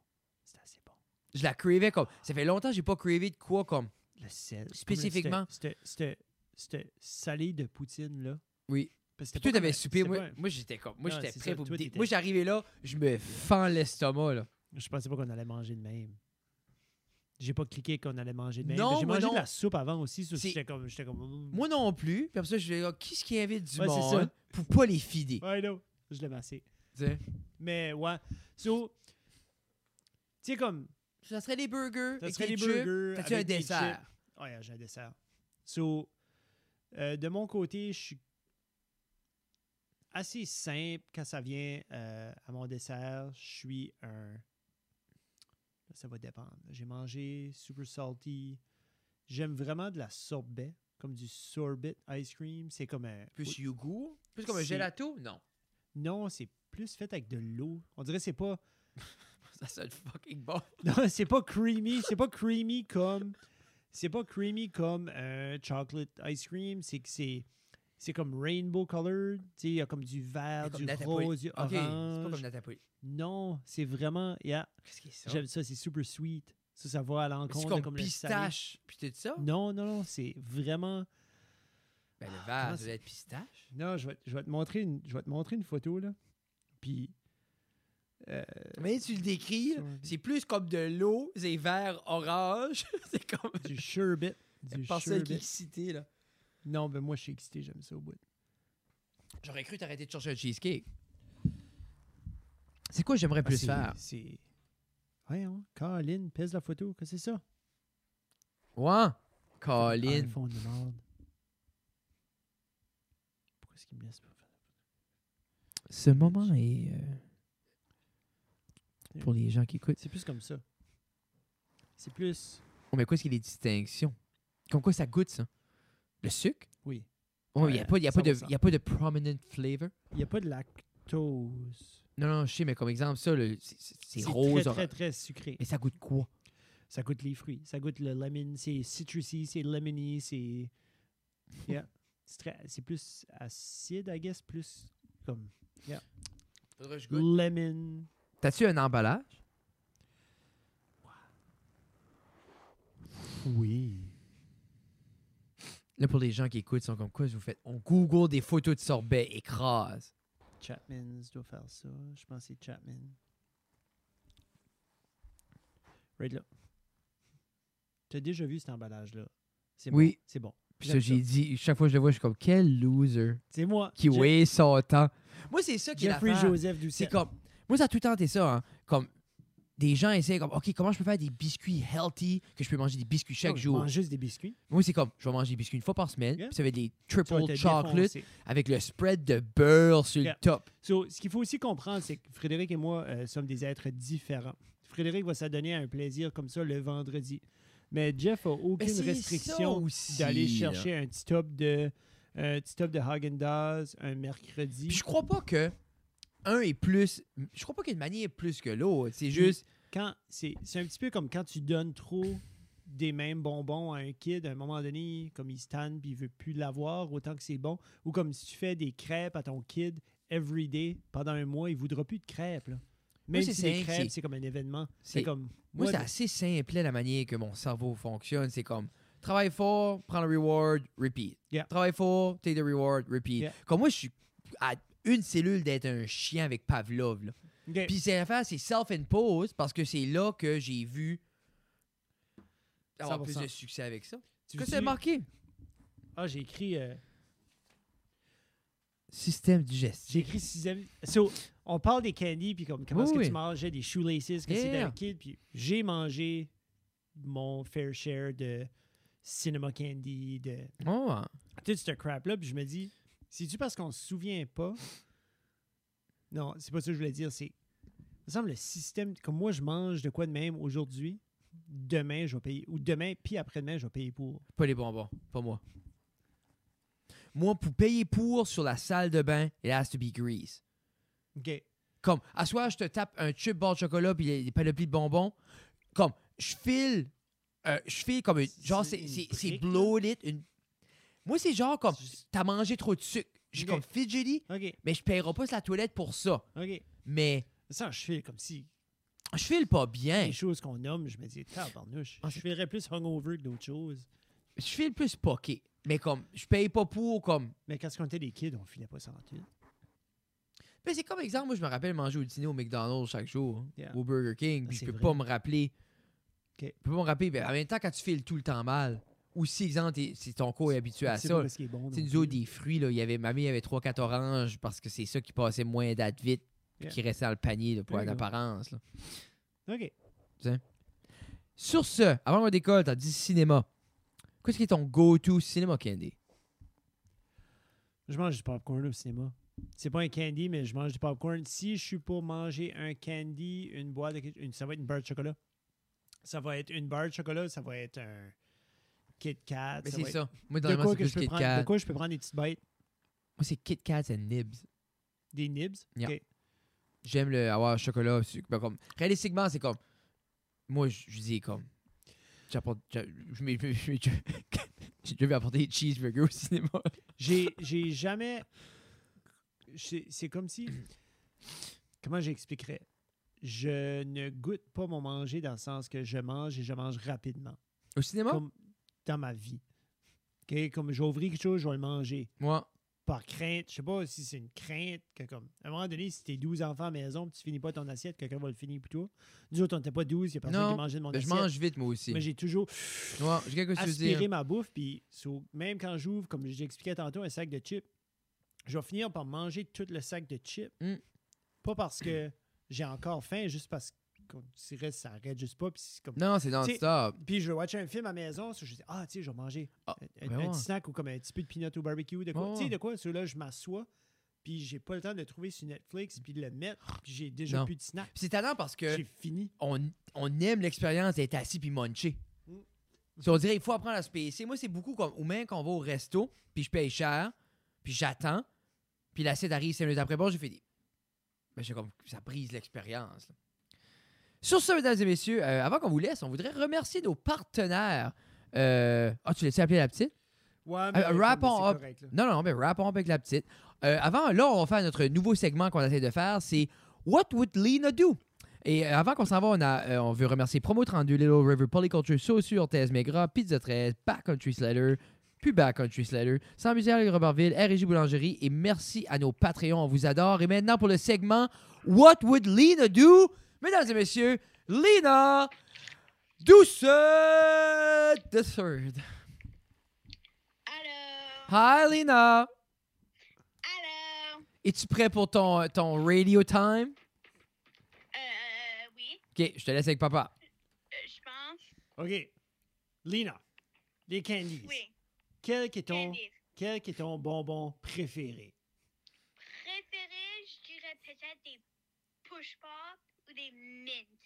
Speaker 2: C'était assez bon.
Speaker 1: Je la cravais comme. Ça fait longtemps que j'ai pas cravé de quoi comme.
Speaker 2: Le sel. Comme
Speaker 1: Spécifiquement.
Speaker 2: C'était, c'était, c'était salé de poutine-là.
Speaker 1: Oui.
Speaker 2: Parce que
Speaker 1: Puis
Speaker 2: c'était
Speaker 1: toi,
Speaker 2: pas comme
Speaker 1: t'avais
Speaker 2: un-
Speaker 1: soupé.
Speaker 2: c'était
Speaker 1: Moi,
Speaker 2: pas un-
Speaker 1: moi j'étais comme. Moi,
Speaker 2: Non,
Speaker 1: j'étais
Speaker 2: c'est
Speaker 1: prêt
Speaker 2: ça,
Speaker 1: pour.
Speaker 2: toi,
Speaker 1: me dé-
Speaker 2: t'étais- Mm.
Speaker 1: Moi, j'arrivais là, je me fends l'estomac, là.
Speaker 2: Je pensais pas qu'on allait manger de même. J'ai pas cliqué qu'on allait manger de même.
Speaker 1: Non,
Speaker 2: J'ai
Speaker 1: moi
Speaker 2: mangé
Speaker 1: non.
Speaker 2: de la soupe avant aussi. ça,
Speaker 1: C'est-
Speaker 2: J'étais comme. hmm. J'étais comme...
Speaker 1: Moi non plus. Puis après ça, je vais là, qu'est-ce qui invite du
Speaker 2: Ouais, c'est
Speaker 1: monde pour pas les fider?
Speaker 2: Ouais, non. Je l'ai massé.
Speaker 1: Tu sais.
Speaker 2: Mais ouais. So, tu sais, comme.
Speaker 1: Ça serait des burgers.
Speaker 2: Ça
Speaker 1: avec
Speaker 2: serait
Speaker 1: des
Speaker 2: des
Speaker 1: chips,
Speaker 2: burgers.
Speaker 1: T'as-tu un
Speaker 2: avec des
Speaker 1: dessert?
Speaker 2: chips. Ouais, j'ai un dessert. So, euh, de mon côté, je suis assez simple quand ça vient euh, à mon dessert. Je suis un. Ça va dépendre. J'ai mangé super salty. J'aime vraiment de la sorbet, comme du sorbet ice cream. C'est comme un.
Speaker 1: Plus yogourt? Plus comme un
Speaker 2: C'est-
Speaker 1: gelato? Non.
Speaker 2: Non, c'est plus fait avec de l'eau. On dirait que c'est pas.
Speaker 1: Ça sonne fucking bon.
Speaker 2: Non, c'est pas creamy. C'est pas creamy comme. C'est pas creamy comme un chocolate ice cream. C'est que c'est. C'est comme rainbow colored. Tu sais, il y a comme du vert,
Speaker 1: C'est comme
Speaker 2: du
Speaker 1: Natapoli.
Speaker 2: rose, du
Speaker 1: Ok, c'est pas
Speaker 2: orange.
Speaker 1: comme Natapoli.
Speaker 2: Non, c'est vraiment. Yeah,
Speaker 1: Qu'est-ce qui est ça?
Speaker 2: J'aime ça, c'est super sweet. Ça, ça va à
Speaker 1: C'est
Speaker 2: l'encontre de
Speaker 1: comme,
Speaker 2: comme le salé.
Speaker 1: pistache. Puis tout ça.
Speaker 2: Non, non, non, c'est vraiment.
Speaker 1: Ben, le
Speaker 2: Bah, comment
Speaker 1: verre, ça
Speaker 2: c'est-
Speaker 1: doit être pistache.
Speaker 2: Non, je vais, je vais te montrer une, je vais te montrer une photo là. Puis. euh,
Speaker 1: Mais tu le décris, là,
Speaker 2: Sur-
Speaker 1: c'est plus comme de l'eau, c'est vert orange. c'est comme.
Speaker 2: du sherbet. Du
Speaker 1: Je pensais être
Speaker 2: sherbet.
Speaker 1: excité, là.
Speaker 2: Non, mais moi, je suis excité, j'aime ça au bout.
Speaker 1: J'aurais cru t'arrêter de chercher un cheesecake. Ah, C'est quoi j'aimerais plus faire?
Speaker 2: C'est. Voyons, Colin, pèse la photo, que c'est ça?
Speaker 1: Ouais. Colin.
Speaker 2: iPhone de merde. Pourquoi est-ce qu'il me laisse pas faire?
Speaker 1: Ce moment est. euh, pour les gens qui écoutent.
Speaker 2: C'est plus comme ça. C'est plus.
Speaker 1: Oh, mais quoi, est-ce qu'il y a des distinctions? Comme quoi ça goûte, ça? Le sucre?
Speaker 2: Oui.
Speaker 1: Oh, il n'y a,
Speaker 2: Ouais,
Speaker 1: pas- il y a, pas de-
Speaker 2: 100%.
Speaker 1: il y a pas de prominent flavor?
Speaker 2: Il n'y a pas de lactose.
Speaker 1: Non, non, je sais, mais comme exemple, ça, le- c'est- c'est c'est
Speaker 2: Très,
Speaker 1: rose.
Speaker 2: très,
Speaker 1: orange.
Speaker 2: très, très sucré.
Speaker 1: Mais ça goûte quoi?
Speaker 2: Ça goûte les fruits. Ça goûte le lemon. C'est citrusy, c'est lemony, c'est. Yeah. c'est très- c'est plus acide, I guess, plus comme lemon.
Speaker 1: T'as-tu un emballage?
Speaker 2: Oui.
Speaker 1: Là, pour les gens qui écoutent, ils sont comme quoi, vous faites. On Google des photos de sorbet, écrase.
Speaker 2: Chapman's doit faire ça. Je pense que c'est Chapman. Right là. T'as déjà vu cet emballage-là? C'est
Speaker 1: Oui.
Speaker 2: Bon. C'est bon.
Speaker 1: Puis ça,
Speaker 2: J'aime
Speaker 1: j'ai
Speaker 2: ça.
Speaker 1: dit, chaque fois que je le vois, je suis comme, quel loser
Speaker 2: C'est moi.
Speaker 1: qui
Speaker 2: Je-
Speaker 1: waste son temps. Moi, c'est ça qui est
Speaker 2: Jeffrey
Speaker 1: l'affaire.
Speaker 2: Joseph
Speaker 1: C'est
Speaker 2: Doucet.
Speaker 1: comme. Moi, ça a tout le temps été ça. hein. Comme. Des gens essaient comme, OK, comment je peux faire des biscuits healthy, que je peux manger des biscuits chaque
Speaker 2: Oh, je
Speaker 1: jour?
Speaker 2: mange juste des biscuits.
Speaker 1: Moi, c'est comme, je vais manger des biscuits une fois par semaine.
Speaker 2: Yeah.
Speaker 1: Puis ça va être des
Speaker 2: Tu vas
Speaker 1: triple
Speaker 2: te
Speaker 1: chocolate
Speaker 2: défoncer.
Speaker 1: avec le spread de beurre sur
Speaker 2: Yeah.
Speaker 1: le top.
Speaker 2: So, ce qu'il faut aussi comprendre, c'est que Frédéric et moi euh, sommes des êtres différents. Frédéric va s'adonner à un plaisir comme ça le vendredi. Mais Jeff a
Speaker 1: Mais
Speaker 2: aucune
Speaker 1: c'est ça
Speaker 2: restriction
Speaker 1: aussi,
Speaker 2: d'aller
Speaker 1: là.
Speaker 2: chercher un petit top de un petit top de Häagen-Dazs un mercredi.
Speaker 1: Puis je crois pas que un est plus. Je crois pas qu'une manière est plus que l'autre.
Speaker 2: Mm.
Speaker 1: C'est juste.
Speaker 2: quand c'est c'est un petit peu comme quand tu donnes trop des mêmes bonbons à un kid, à un moment donné, comme il se tanne puis il veut plus l'avoir autant que c'est bon, ou comme si tu fais des crêpes à ton kid every day pendant un mois, il voudra plus de crêpes. Là. Même
Speaker 1: c'est
Speaker 2: si les
Speaker 1: simple,
Speaker 2: crêpes,
Speaker 1: c'est-
Speaker 2: c'est comme un événement.
Speaker 1: c'est-
Speaker 2: C'est comme
Speaker 1: Moi,
Speaker 2: moi,
Speaker 1: c'est assez simple la manière que mon cerveau fonctionne. C'est comme travaille fort, prends le reward, repeat.
Speaker 2: Yeah.
Speaker 1: Travaille fort, take the reward, repeat.
Speaker 2: Yeah.
Speaker 1: Comme moi, je suis à une cellule d'être un chien avec Pavlov. là.
Speaker 2: Ok.
Speaker 1: Puis c'est l'affaire, c'est self-impose parce que c'est là que j'ai vu avoir plus
Speaker 2: 100%.
Speaker 1: de succès avec ça.
Speaker 2: Tu
Speaker 1: que
Speaker 2: veux-tu-
Speaker 1: c'est marqué?
Speaker 2: Ah, j'ai écrit euh,
Speaker 1: Système
Speaker 2: j'ai
Speaker 1: digestif.
Speaker 2: écrit sixième. So, on parle des candies puis comme comment est-ce
Speaker 1: Oui,
Speaker 2: que
Speaker 1: oui.
Speaker 2: tu mangeais des shoelaces quand
Speaker 1: Yeah,
Speaker 2: c'était
Speaker 1: yeah.
Speaker 2: un kid puis j'ai mangé mon fair share de cinema candy de
Speaker 1: Oh, hein.
Speaker 2: tout ce crap-là, puis je me dis, c'est-tu parce qu'on se souvient pas? Non, c'est pas ça que je voulais dire, c'est... Il me semble le système, comme moi, je mange de quoi de même aujourd'hui, demain, je vais payer, ou demain, puis après-demain, je vais payer pour.
Speaker 1: Pas les bonbons, pas moi. Moi, pour payer pour sur la salle de bain, it has to be grease.
Speaker 2: OK.
Speaker 1: Comme, à soir, je te tape un chip bord de chocolat puis des- des panoplies de bonbons. Comme, je file, euh, je file comme, une- genre,
Speaker 2: C'est
Speaker 1: c'est
Speaker 2: une
Speaker 1: c'est- c'est
Speaker 2: brique, là.
Speaker 1: bloated. Une... Moi, c'est genre comme,
Speaker 2: C'est juste-
Speaker 1: t'as mangé trop de sucre. Je suis
Speaker 2: Ok.
Speaker 1: comme fidgety,
Speaker 2: OK,
Speaker 1: mais je paierai pas sur la toilette pour ça.
Speaker 2: OK.
Speaker 1: Mais
Speaker 2: Ça, je fais comme si
Speaker 1: je file pas bien.
Speaker 2: les choses qu'on nomme, je me dis, tabarnouche,
Speaker 1: Ah,
Speaker 2: je ferais plus hungover que d'autres choses.
Speaker 1: Je file plus poqué. Mais comme, je paye pas pour, comme,
Speaker 2: Mais quand on était des kids, on filait pas sans tout.
Speaker 1: Mais c'est comme exemple, moi je me rappelle manger au dîner au McDonald's chaque jour, hein,
Speaker 2: Yeah.
Speaker 1: au Burger King,
Speaker 2: Ah,
Speaker 1: puis je
Speaker 2: c'est
Speaker 1: peux
Speaker 2: vrai.
Speaker 1: pas me rappeler.
Speaker 2: Ok.
Speaker 1: Je peux pas me rappeler, mais en même temps, quand tu files tout le temps mal, ou si exemple, t'es- si ton corps est habitué à
Speaker 2: C'est
Speaker 1: ça,
Speaker 2: pas ce qui est bon.
Speaker 1: tu sais,
Speaker 2: non
Speaker 1: nous autres,
Speaker 2: plus.
Speaker 1: des fruits, là, il y avait, ma mère avait 3-4 oranges parce que c'est ça qui passait moins date vite, puis
Speaker 2: Yeah.
Speaker 1: qui restait dans le panier là, pour
Speaker 2: There
Speaker 1: une
Speaker 2: you go.
Speaker 1: apparence. là.
Speaker 2: OK.
Speaker 1: Sur ce, avant qu'on décolle, t'as dit cinéma. Qu'est-ce qui est ton go-to cinéma, Candy?
Speaker 2: Je mange du popcorn au cinéma. C'est pas un candy, mais je mange du popcorn. Si je suis pour manger un candy, une boîte, de quelque- une, ça va être une barre de chocolat. Ça va être une barre de chocolat, ça va être un Kit
Speaker 1: Mais
Speaker 2: Kat. Ah, ça
Speaker 1: Ben, c'est
Speaker 2: va être-
Speaker 1: ça. Moi, dans
Speaker 2: De
Speaker 1: le
Speaker 2: quoi,
Speaker 1: monde,
Speaker 2: que
Speaker 1: c'est
Speaker 2: je
Speaker 1: plus
Speaker 2: peux
Speaker 1: Kit
Speaker 2: prendre,
Speaker 1: Kat.
Speaker 2: de quoi je peux prendre des petites bites,
Speaker 1: Moi, c'est Kit Kat et Nibs.
Speaker 2: des nibs.
Speaker 1: Yeah.
Speaker 2: OK.
Speaker 1: j'aime le avoir chocolat sucre. Ben, comme, réalistiquement, c'est comme. Moi, je je dis comme. J'apporte. j'a- je m'ai- je m'ai- je m'ai- J'ai déjà vu apporter des cheeseburgers au cinéma.
Speaker 2: J'ai, j'ai jamais. j'ai- C'est comme si. Comment j'expliquerais? je ne goûte pas mon manger dans le sens que je mange et je mange rapidement.
Speaker 1: Au cinéma?
Speaker 2: Comme dans ma vie. OK? Comme j'ai ouvert quelque chose, je vais le manger.
Speaker 1: Moi.
Speaker 2: Par crainte. Je sais pas si c'est une crainte que comme. À un moment donné, si t'es 12 enfants à la maison puis tu finis pas ton assiette, quelqu'un va le finir pour toi. Nous autres, on n'était pas 12, il n'y a personne
Speaker 1: Non,
Speaker 2: qui mangeait de mon
Speaker 1: Ben, je
Speaker 2: assiette.
Speaker 1: mange vite, moi aussi.
Speaker 2: mais j'ai toujours
Speaker 1: Ouais, j'ai quelque chose à
Speaker 2: aspiré
Speaker 1: dire.
Speaker 2: ma bouffe, puis so- même quand j'ouvre, comme j'expliquais tantôt, un sac de chips, je vais finir par manger tout le sac de chips.
Speaker 1: Mm.
Speaker 2: Pas parce que j'ai encore faim, juste parce que si reste, ça arrête juste pas. Puis, c'est comme...
Speaker 1: Non, c'est non-stop.
Speaker 2: puis je vais watcher un film à la maison, so je dis, ah, tu sais, je vais manger
Speaker 1: Ah,
Speaker 2: un,
Speaker 1: ben
Speaker 2: un
Speaker 1: ouais.
Speaker 2: petit snack ou comme un petit peu de peanut au barbecue, de quoi.
Speaker 1: Ouais,
Speaker 2: Tu sais,
Speaker 1: ouais.
Speaker 2: de quoi, ceux-là, je m'assois, puis j'ai pas le temps de le trouver sur Netflix, puis de le mettre, puis j'ai déjà
Speaker 1: Non. Euh,
Speaker 2: plus de snack.
Speaker 1: Puis C'est talent parce que
Speaker 2: J'ai fini.
Speaker 1: on, on aime l'expérience d'être assis puis muncher.
Speaker 2: Mm.
Speaker 1: Si on dirait il faut apprendre à se payer. Moi, c'est beaucoup comme, ou même quand on va au resto, puis je paye cher, puis j'attends, puis l'assiette arrive 5 minutes après, bon, j'ai fini. Mais j'ai comme, ça brise l'expérience. là. Sur ce, mesdames et messieurs, euh, avant qu'on vous laisse, on voudrait remercier nos partenaires. Euh, Ah, tu l'as-tu appelé la petite?
Speaker 2: Ouais,
Speaker 1: Euh,
Speaker 2: comme
Speaker 1: wrap on
Speaker 2: c'est
Speaker 1: up.
Speaker 2: correct, là.
Speaker 1: Non, non, mais wrap up avec la petite. Euh, avant, là, on va faire notre nouveau segment qu'on essaie de faire, c'est What would Lena do? Et euh, avant qu'on s'en va, on, a, euh, on veut remercier Promo 32, Little River, Polyculture, Saussure, Thèse Maigra, Pizza 13, Backcountry Slater, puis Backcountry Slater, Sans Musière, Robertville, RG Boulangerie, et merci à nos Patreons, on vous adore. Et maintenant pour le segment What would Lena do? Mesdames et messieurs, Lena Douce the Third.
Speaker 3: Alors,
Speaker 1: Hi Lena!
Speaker 3: alors,
Speaker 1: Es-tu prêt pour ton, ton radio time?
Speaker 3: euh, oui,
Speaker 1: Ok, je te laisse avec papa.
Speaker 3: euh, je pense,
Speaker 2: OK. Lina, les candies.
Speaker 3: oui.
Speaker 2: Quel est
Speaker 3: Ton...
Speaker 2: ton, quel est ton bonbon préféré?
Speaker 3: préféré, je dirais peut-être des push pop ou des mint,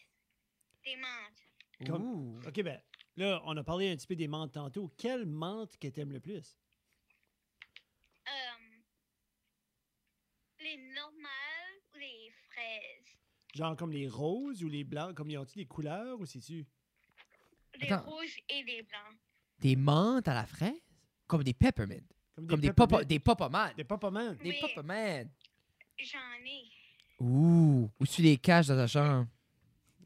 Speaker 3: des menthes.
Speaker 2: Comme- OK, ben là, on a parlé un petit peu des menthes tantôt. Quelle menthe que t'aimes le plus?
Speaker 3: Euh, les normales ou les fraises.
Speaker 2: Genre comme les roses ou les blancs? Comme ils ont-ils des couleurs ou c'est-tu?
Speaker 3: Les
Speaker 1: Attends.
Speaker 3: rouges et les blancs.
Speaker 1: Des menthes à la fraise? Comme des peppermint. Comme des,
Speaker 2: peppermint-
Speaker 1: papa, des papaman.
Speaker 2: Des papaman.
Speaker 1: Des
Speaker 3: Oui.
Speaker 1: papaman.
Speaker 3: J'en ai.
Speaker 1: Ouh. Ou tu les caches dans ta chambre?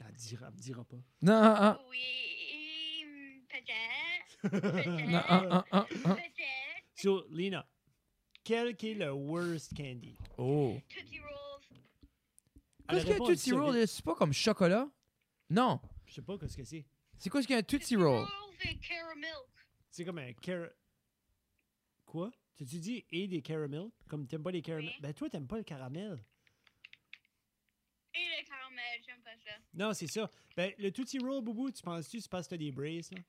Speaker 2: Elle dira, elle me dira pas.
Speaker 1: Non, ah, ah.
Speaker 3: Oui, hum, peut-être,
Speaker 1: Non, ah, ah, ah, ah.
Speaker 3: peut-être.
Speaker 2: So, Lina, quel est le worst candy?
Speaker 1: Oh.
Speaker 3: Tootsie Rolls,
Speaker 2: Elle
Speaker 1: Qu'est-ce qu'un
Speaker 2: répond
Speaker 1: Tootsie
Speaker 2: vite, vite.
Speaker 1: Roll? C'est pas comme chocolat? Non.
Speaker 2: Je sais pas qu'est-ce que c'est.
Speaker 1: C'est quoi ce qu'un Tootsie Roll?
Speaker 3: Rolls et caramel.
Speaker 2: C'est comme un car... Quoi? T'as-tu dit et des caramels? Comme t'aimes pas les caramels?
Speaker 3: Oui.
Speaker 2: Ben toi, t'aimes pas le caramel.
Speaker 3: Et le caramel, j'aime pas ça.
Speaker 2: Non, c'est ça. Ben, le Tootsie Roll, Boubou, tu penses-tu que c'est parce que t'as des braises, là?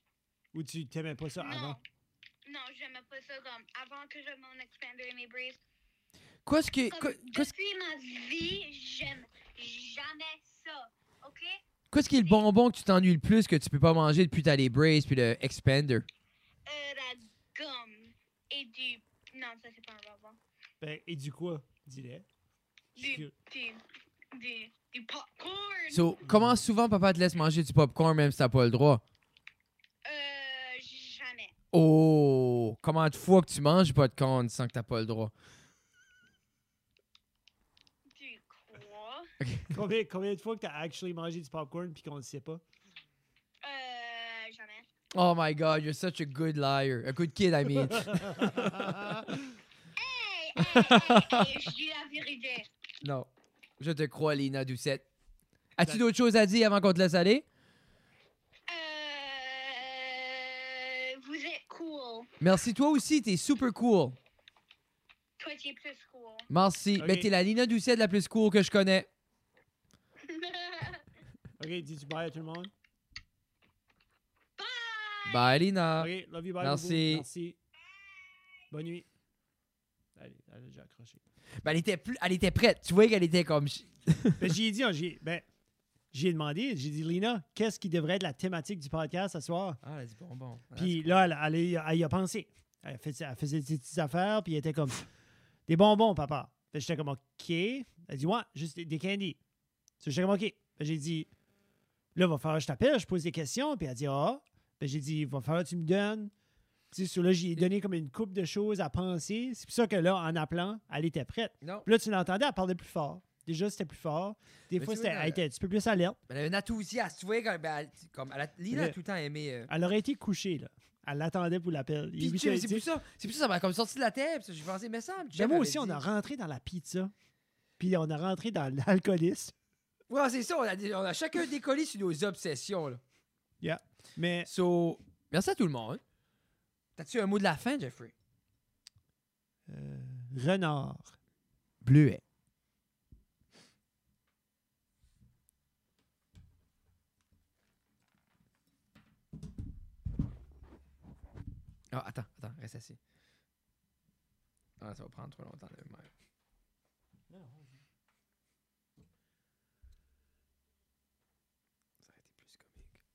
Speaker 2: Ou tu t'aimais pas ça avant?
Speaker 3: Non, j'aimais pas ça comme avant que je m'en expander mes briefs.
Speaker 1: Qu'est-ce que.
Speaker 3: Comme,
Speaker 1: qu'est- qu'est-ce-
Speaker 3: depuis ma vie, j'aime jamais ça. OK?
Speaker 1: Qu'est-ce qui est le bonbon que tu t'ennuies le plus que tu peux pas manger depuis t'as les braises puis le expander?
Speaker 3: Euh, la gomme et du. Non, ça c'est pas un bonbon.
Speaker 2: Ben, et du quoi? Dis-le. Je suis
Speaker 3: Du,
Speaker 2: curieux.
Speaker 3: du, du, du popcorn.
Speaker 1: So, comment souvent papa te laisse manger du popcorn même si t'as pas le droit?
Speaker 3: Euh, jamais.
Speaker 1: Oh, comment de fois que tu manges pas de corne sans que t'as pas le droit?
Speaker 3: Du quoi?
Speaker 2: Combien, combien de fois que t'as actually mangé du popcorn puis qu'on le sait pas?
Speaker 3: Euh, jamais.
Speaker 1: Oh my god, you're such a good liar. A good kid, I mean.
Speaker 3: Hey, hey, hey, hey, je dis la vérité.
Speaker 1: non. Je te crois, Lina Doucette. As-tu d'autres choses à dire avant qu'on te laisse aller?
Speaker 3: Euh, vous êtes cool.
Speaker 1: Merci, toi aussi, t'es super cool.
Speaker 3: Toi, t'es plus cool.
Speaker 1: Merci.
Speaker 2: Ok.
Speaker 1: Mais t'es la Lina Doucette la plus cool que je connais.
Speaker 2: ok, dis-tu bye à tout le monde?
Speaker 1: Bye, Lina.
Speaker 2: Ok, love you, bye.
Speaker 1: Ah. Merci.
Speaker 2: Boubou. Merci. Bonne nuit. Allez, elle a déjà accroché.
Speaker 1: Ben, elle, était plus... elle était prête. Tu voyais qu'elle était comme.
Speaker 2: Ben, j'y ai dit, hein, j'y ai, ben, j'y ai demandé, j'ai dit, Lina, qu'est-ce qui devrait être la thématique du podcast ce soir?
Speaker 1: Ah, elle a dit bonbon.
Speaker 2: Puis là, elle, elle y a- elle y a pensé. Elle, fait- elle faisait ses petites affaires, puis elle était comme des bonbons, papa. Fait que J'étais comme OK. Elle dit Ouais, juste des, des candies. So, J'étais comme OK. Fait que J'ai dit Là, va falloir que je t'appelle, je pose des questions. Puis elle dit Ah. Fait que J'ai dit Va falloir que tu me donnes. Tu sais, so là, j'ai donné comme une coupe de choses à penser. C'est pour ça que là, en appelant, elle était prête.
Speaker 1: Non.
Speaker 2: Puis là, tu l'entendais, elle parlait plus fort. Des déjà, c'était plus fort. Des
Speaker 1: Mais
Speaker 2: fois,
Speaker 1: tu
Speaker 2: c'était,
Speaker 1: vois, là,
Speaker 2: elle était un petit peu plus alerte.
Speaker 1: Mais elle a un atout aussi à se trouver comme, ben, elle- comme elle a, Lina a
Speaker 2: Mais-
Speaker 1: tout le temps aimé. euh,
Speaker 2: Elle aurait été couchée, là. Elle l'attendait pour l'appel. Ah, Il est
Speaker 1: Puis,
Speaker 2: huit
Speaker 1: tu sais,
Speaker 2: heures
Speaker 1: c'est
Speaker 2: dix.
Speaker 1: plus ça. C'est plus ça, ça m'a comme sorti de la tête. J'ai pensé, mais ça,
Speaker 2: Mais moi aussi, on a rentré dans la pizza. Puis on a rentré dans l'alcoolisme.
Speaker 1: Ouais, c'est ça. On a, on a chacun décollé sur nos obsessions. Là.
Speaker 2: Mais
Speaker 1: So, merci à tout le monde. T'as-tu un mot de la fin, Jeffrey?
Speaker 2: euh, renard.
Speaker 1: Bleuet. Ah, attends, attends, reste assis. Ah, ça va prendre trop longtemps. le maire. Ça aurait été plus comique.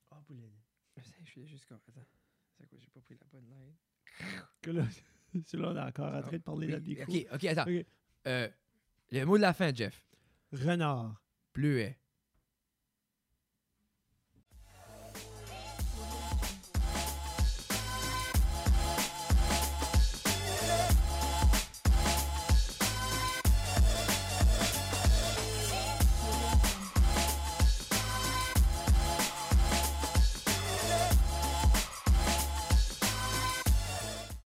Speaker 1: Non. Ah, Je suis juste comme. Attends. C'est quoi, j'ai pas pris la bonne ligne?
Speaker 2: Que là, celui-là, on est encore en train de parler
Speaker 1: Oui,
Speaker 2: là des
Speaker 1: Ok, ok, Ah, attends.
Speaker 2: Ok.
Speaker 1: Euh, le mot de la fin, Jeff.
Speaker 2: Renard.
Speaker 1: Bleuet.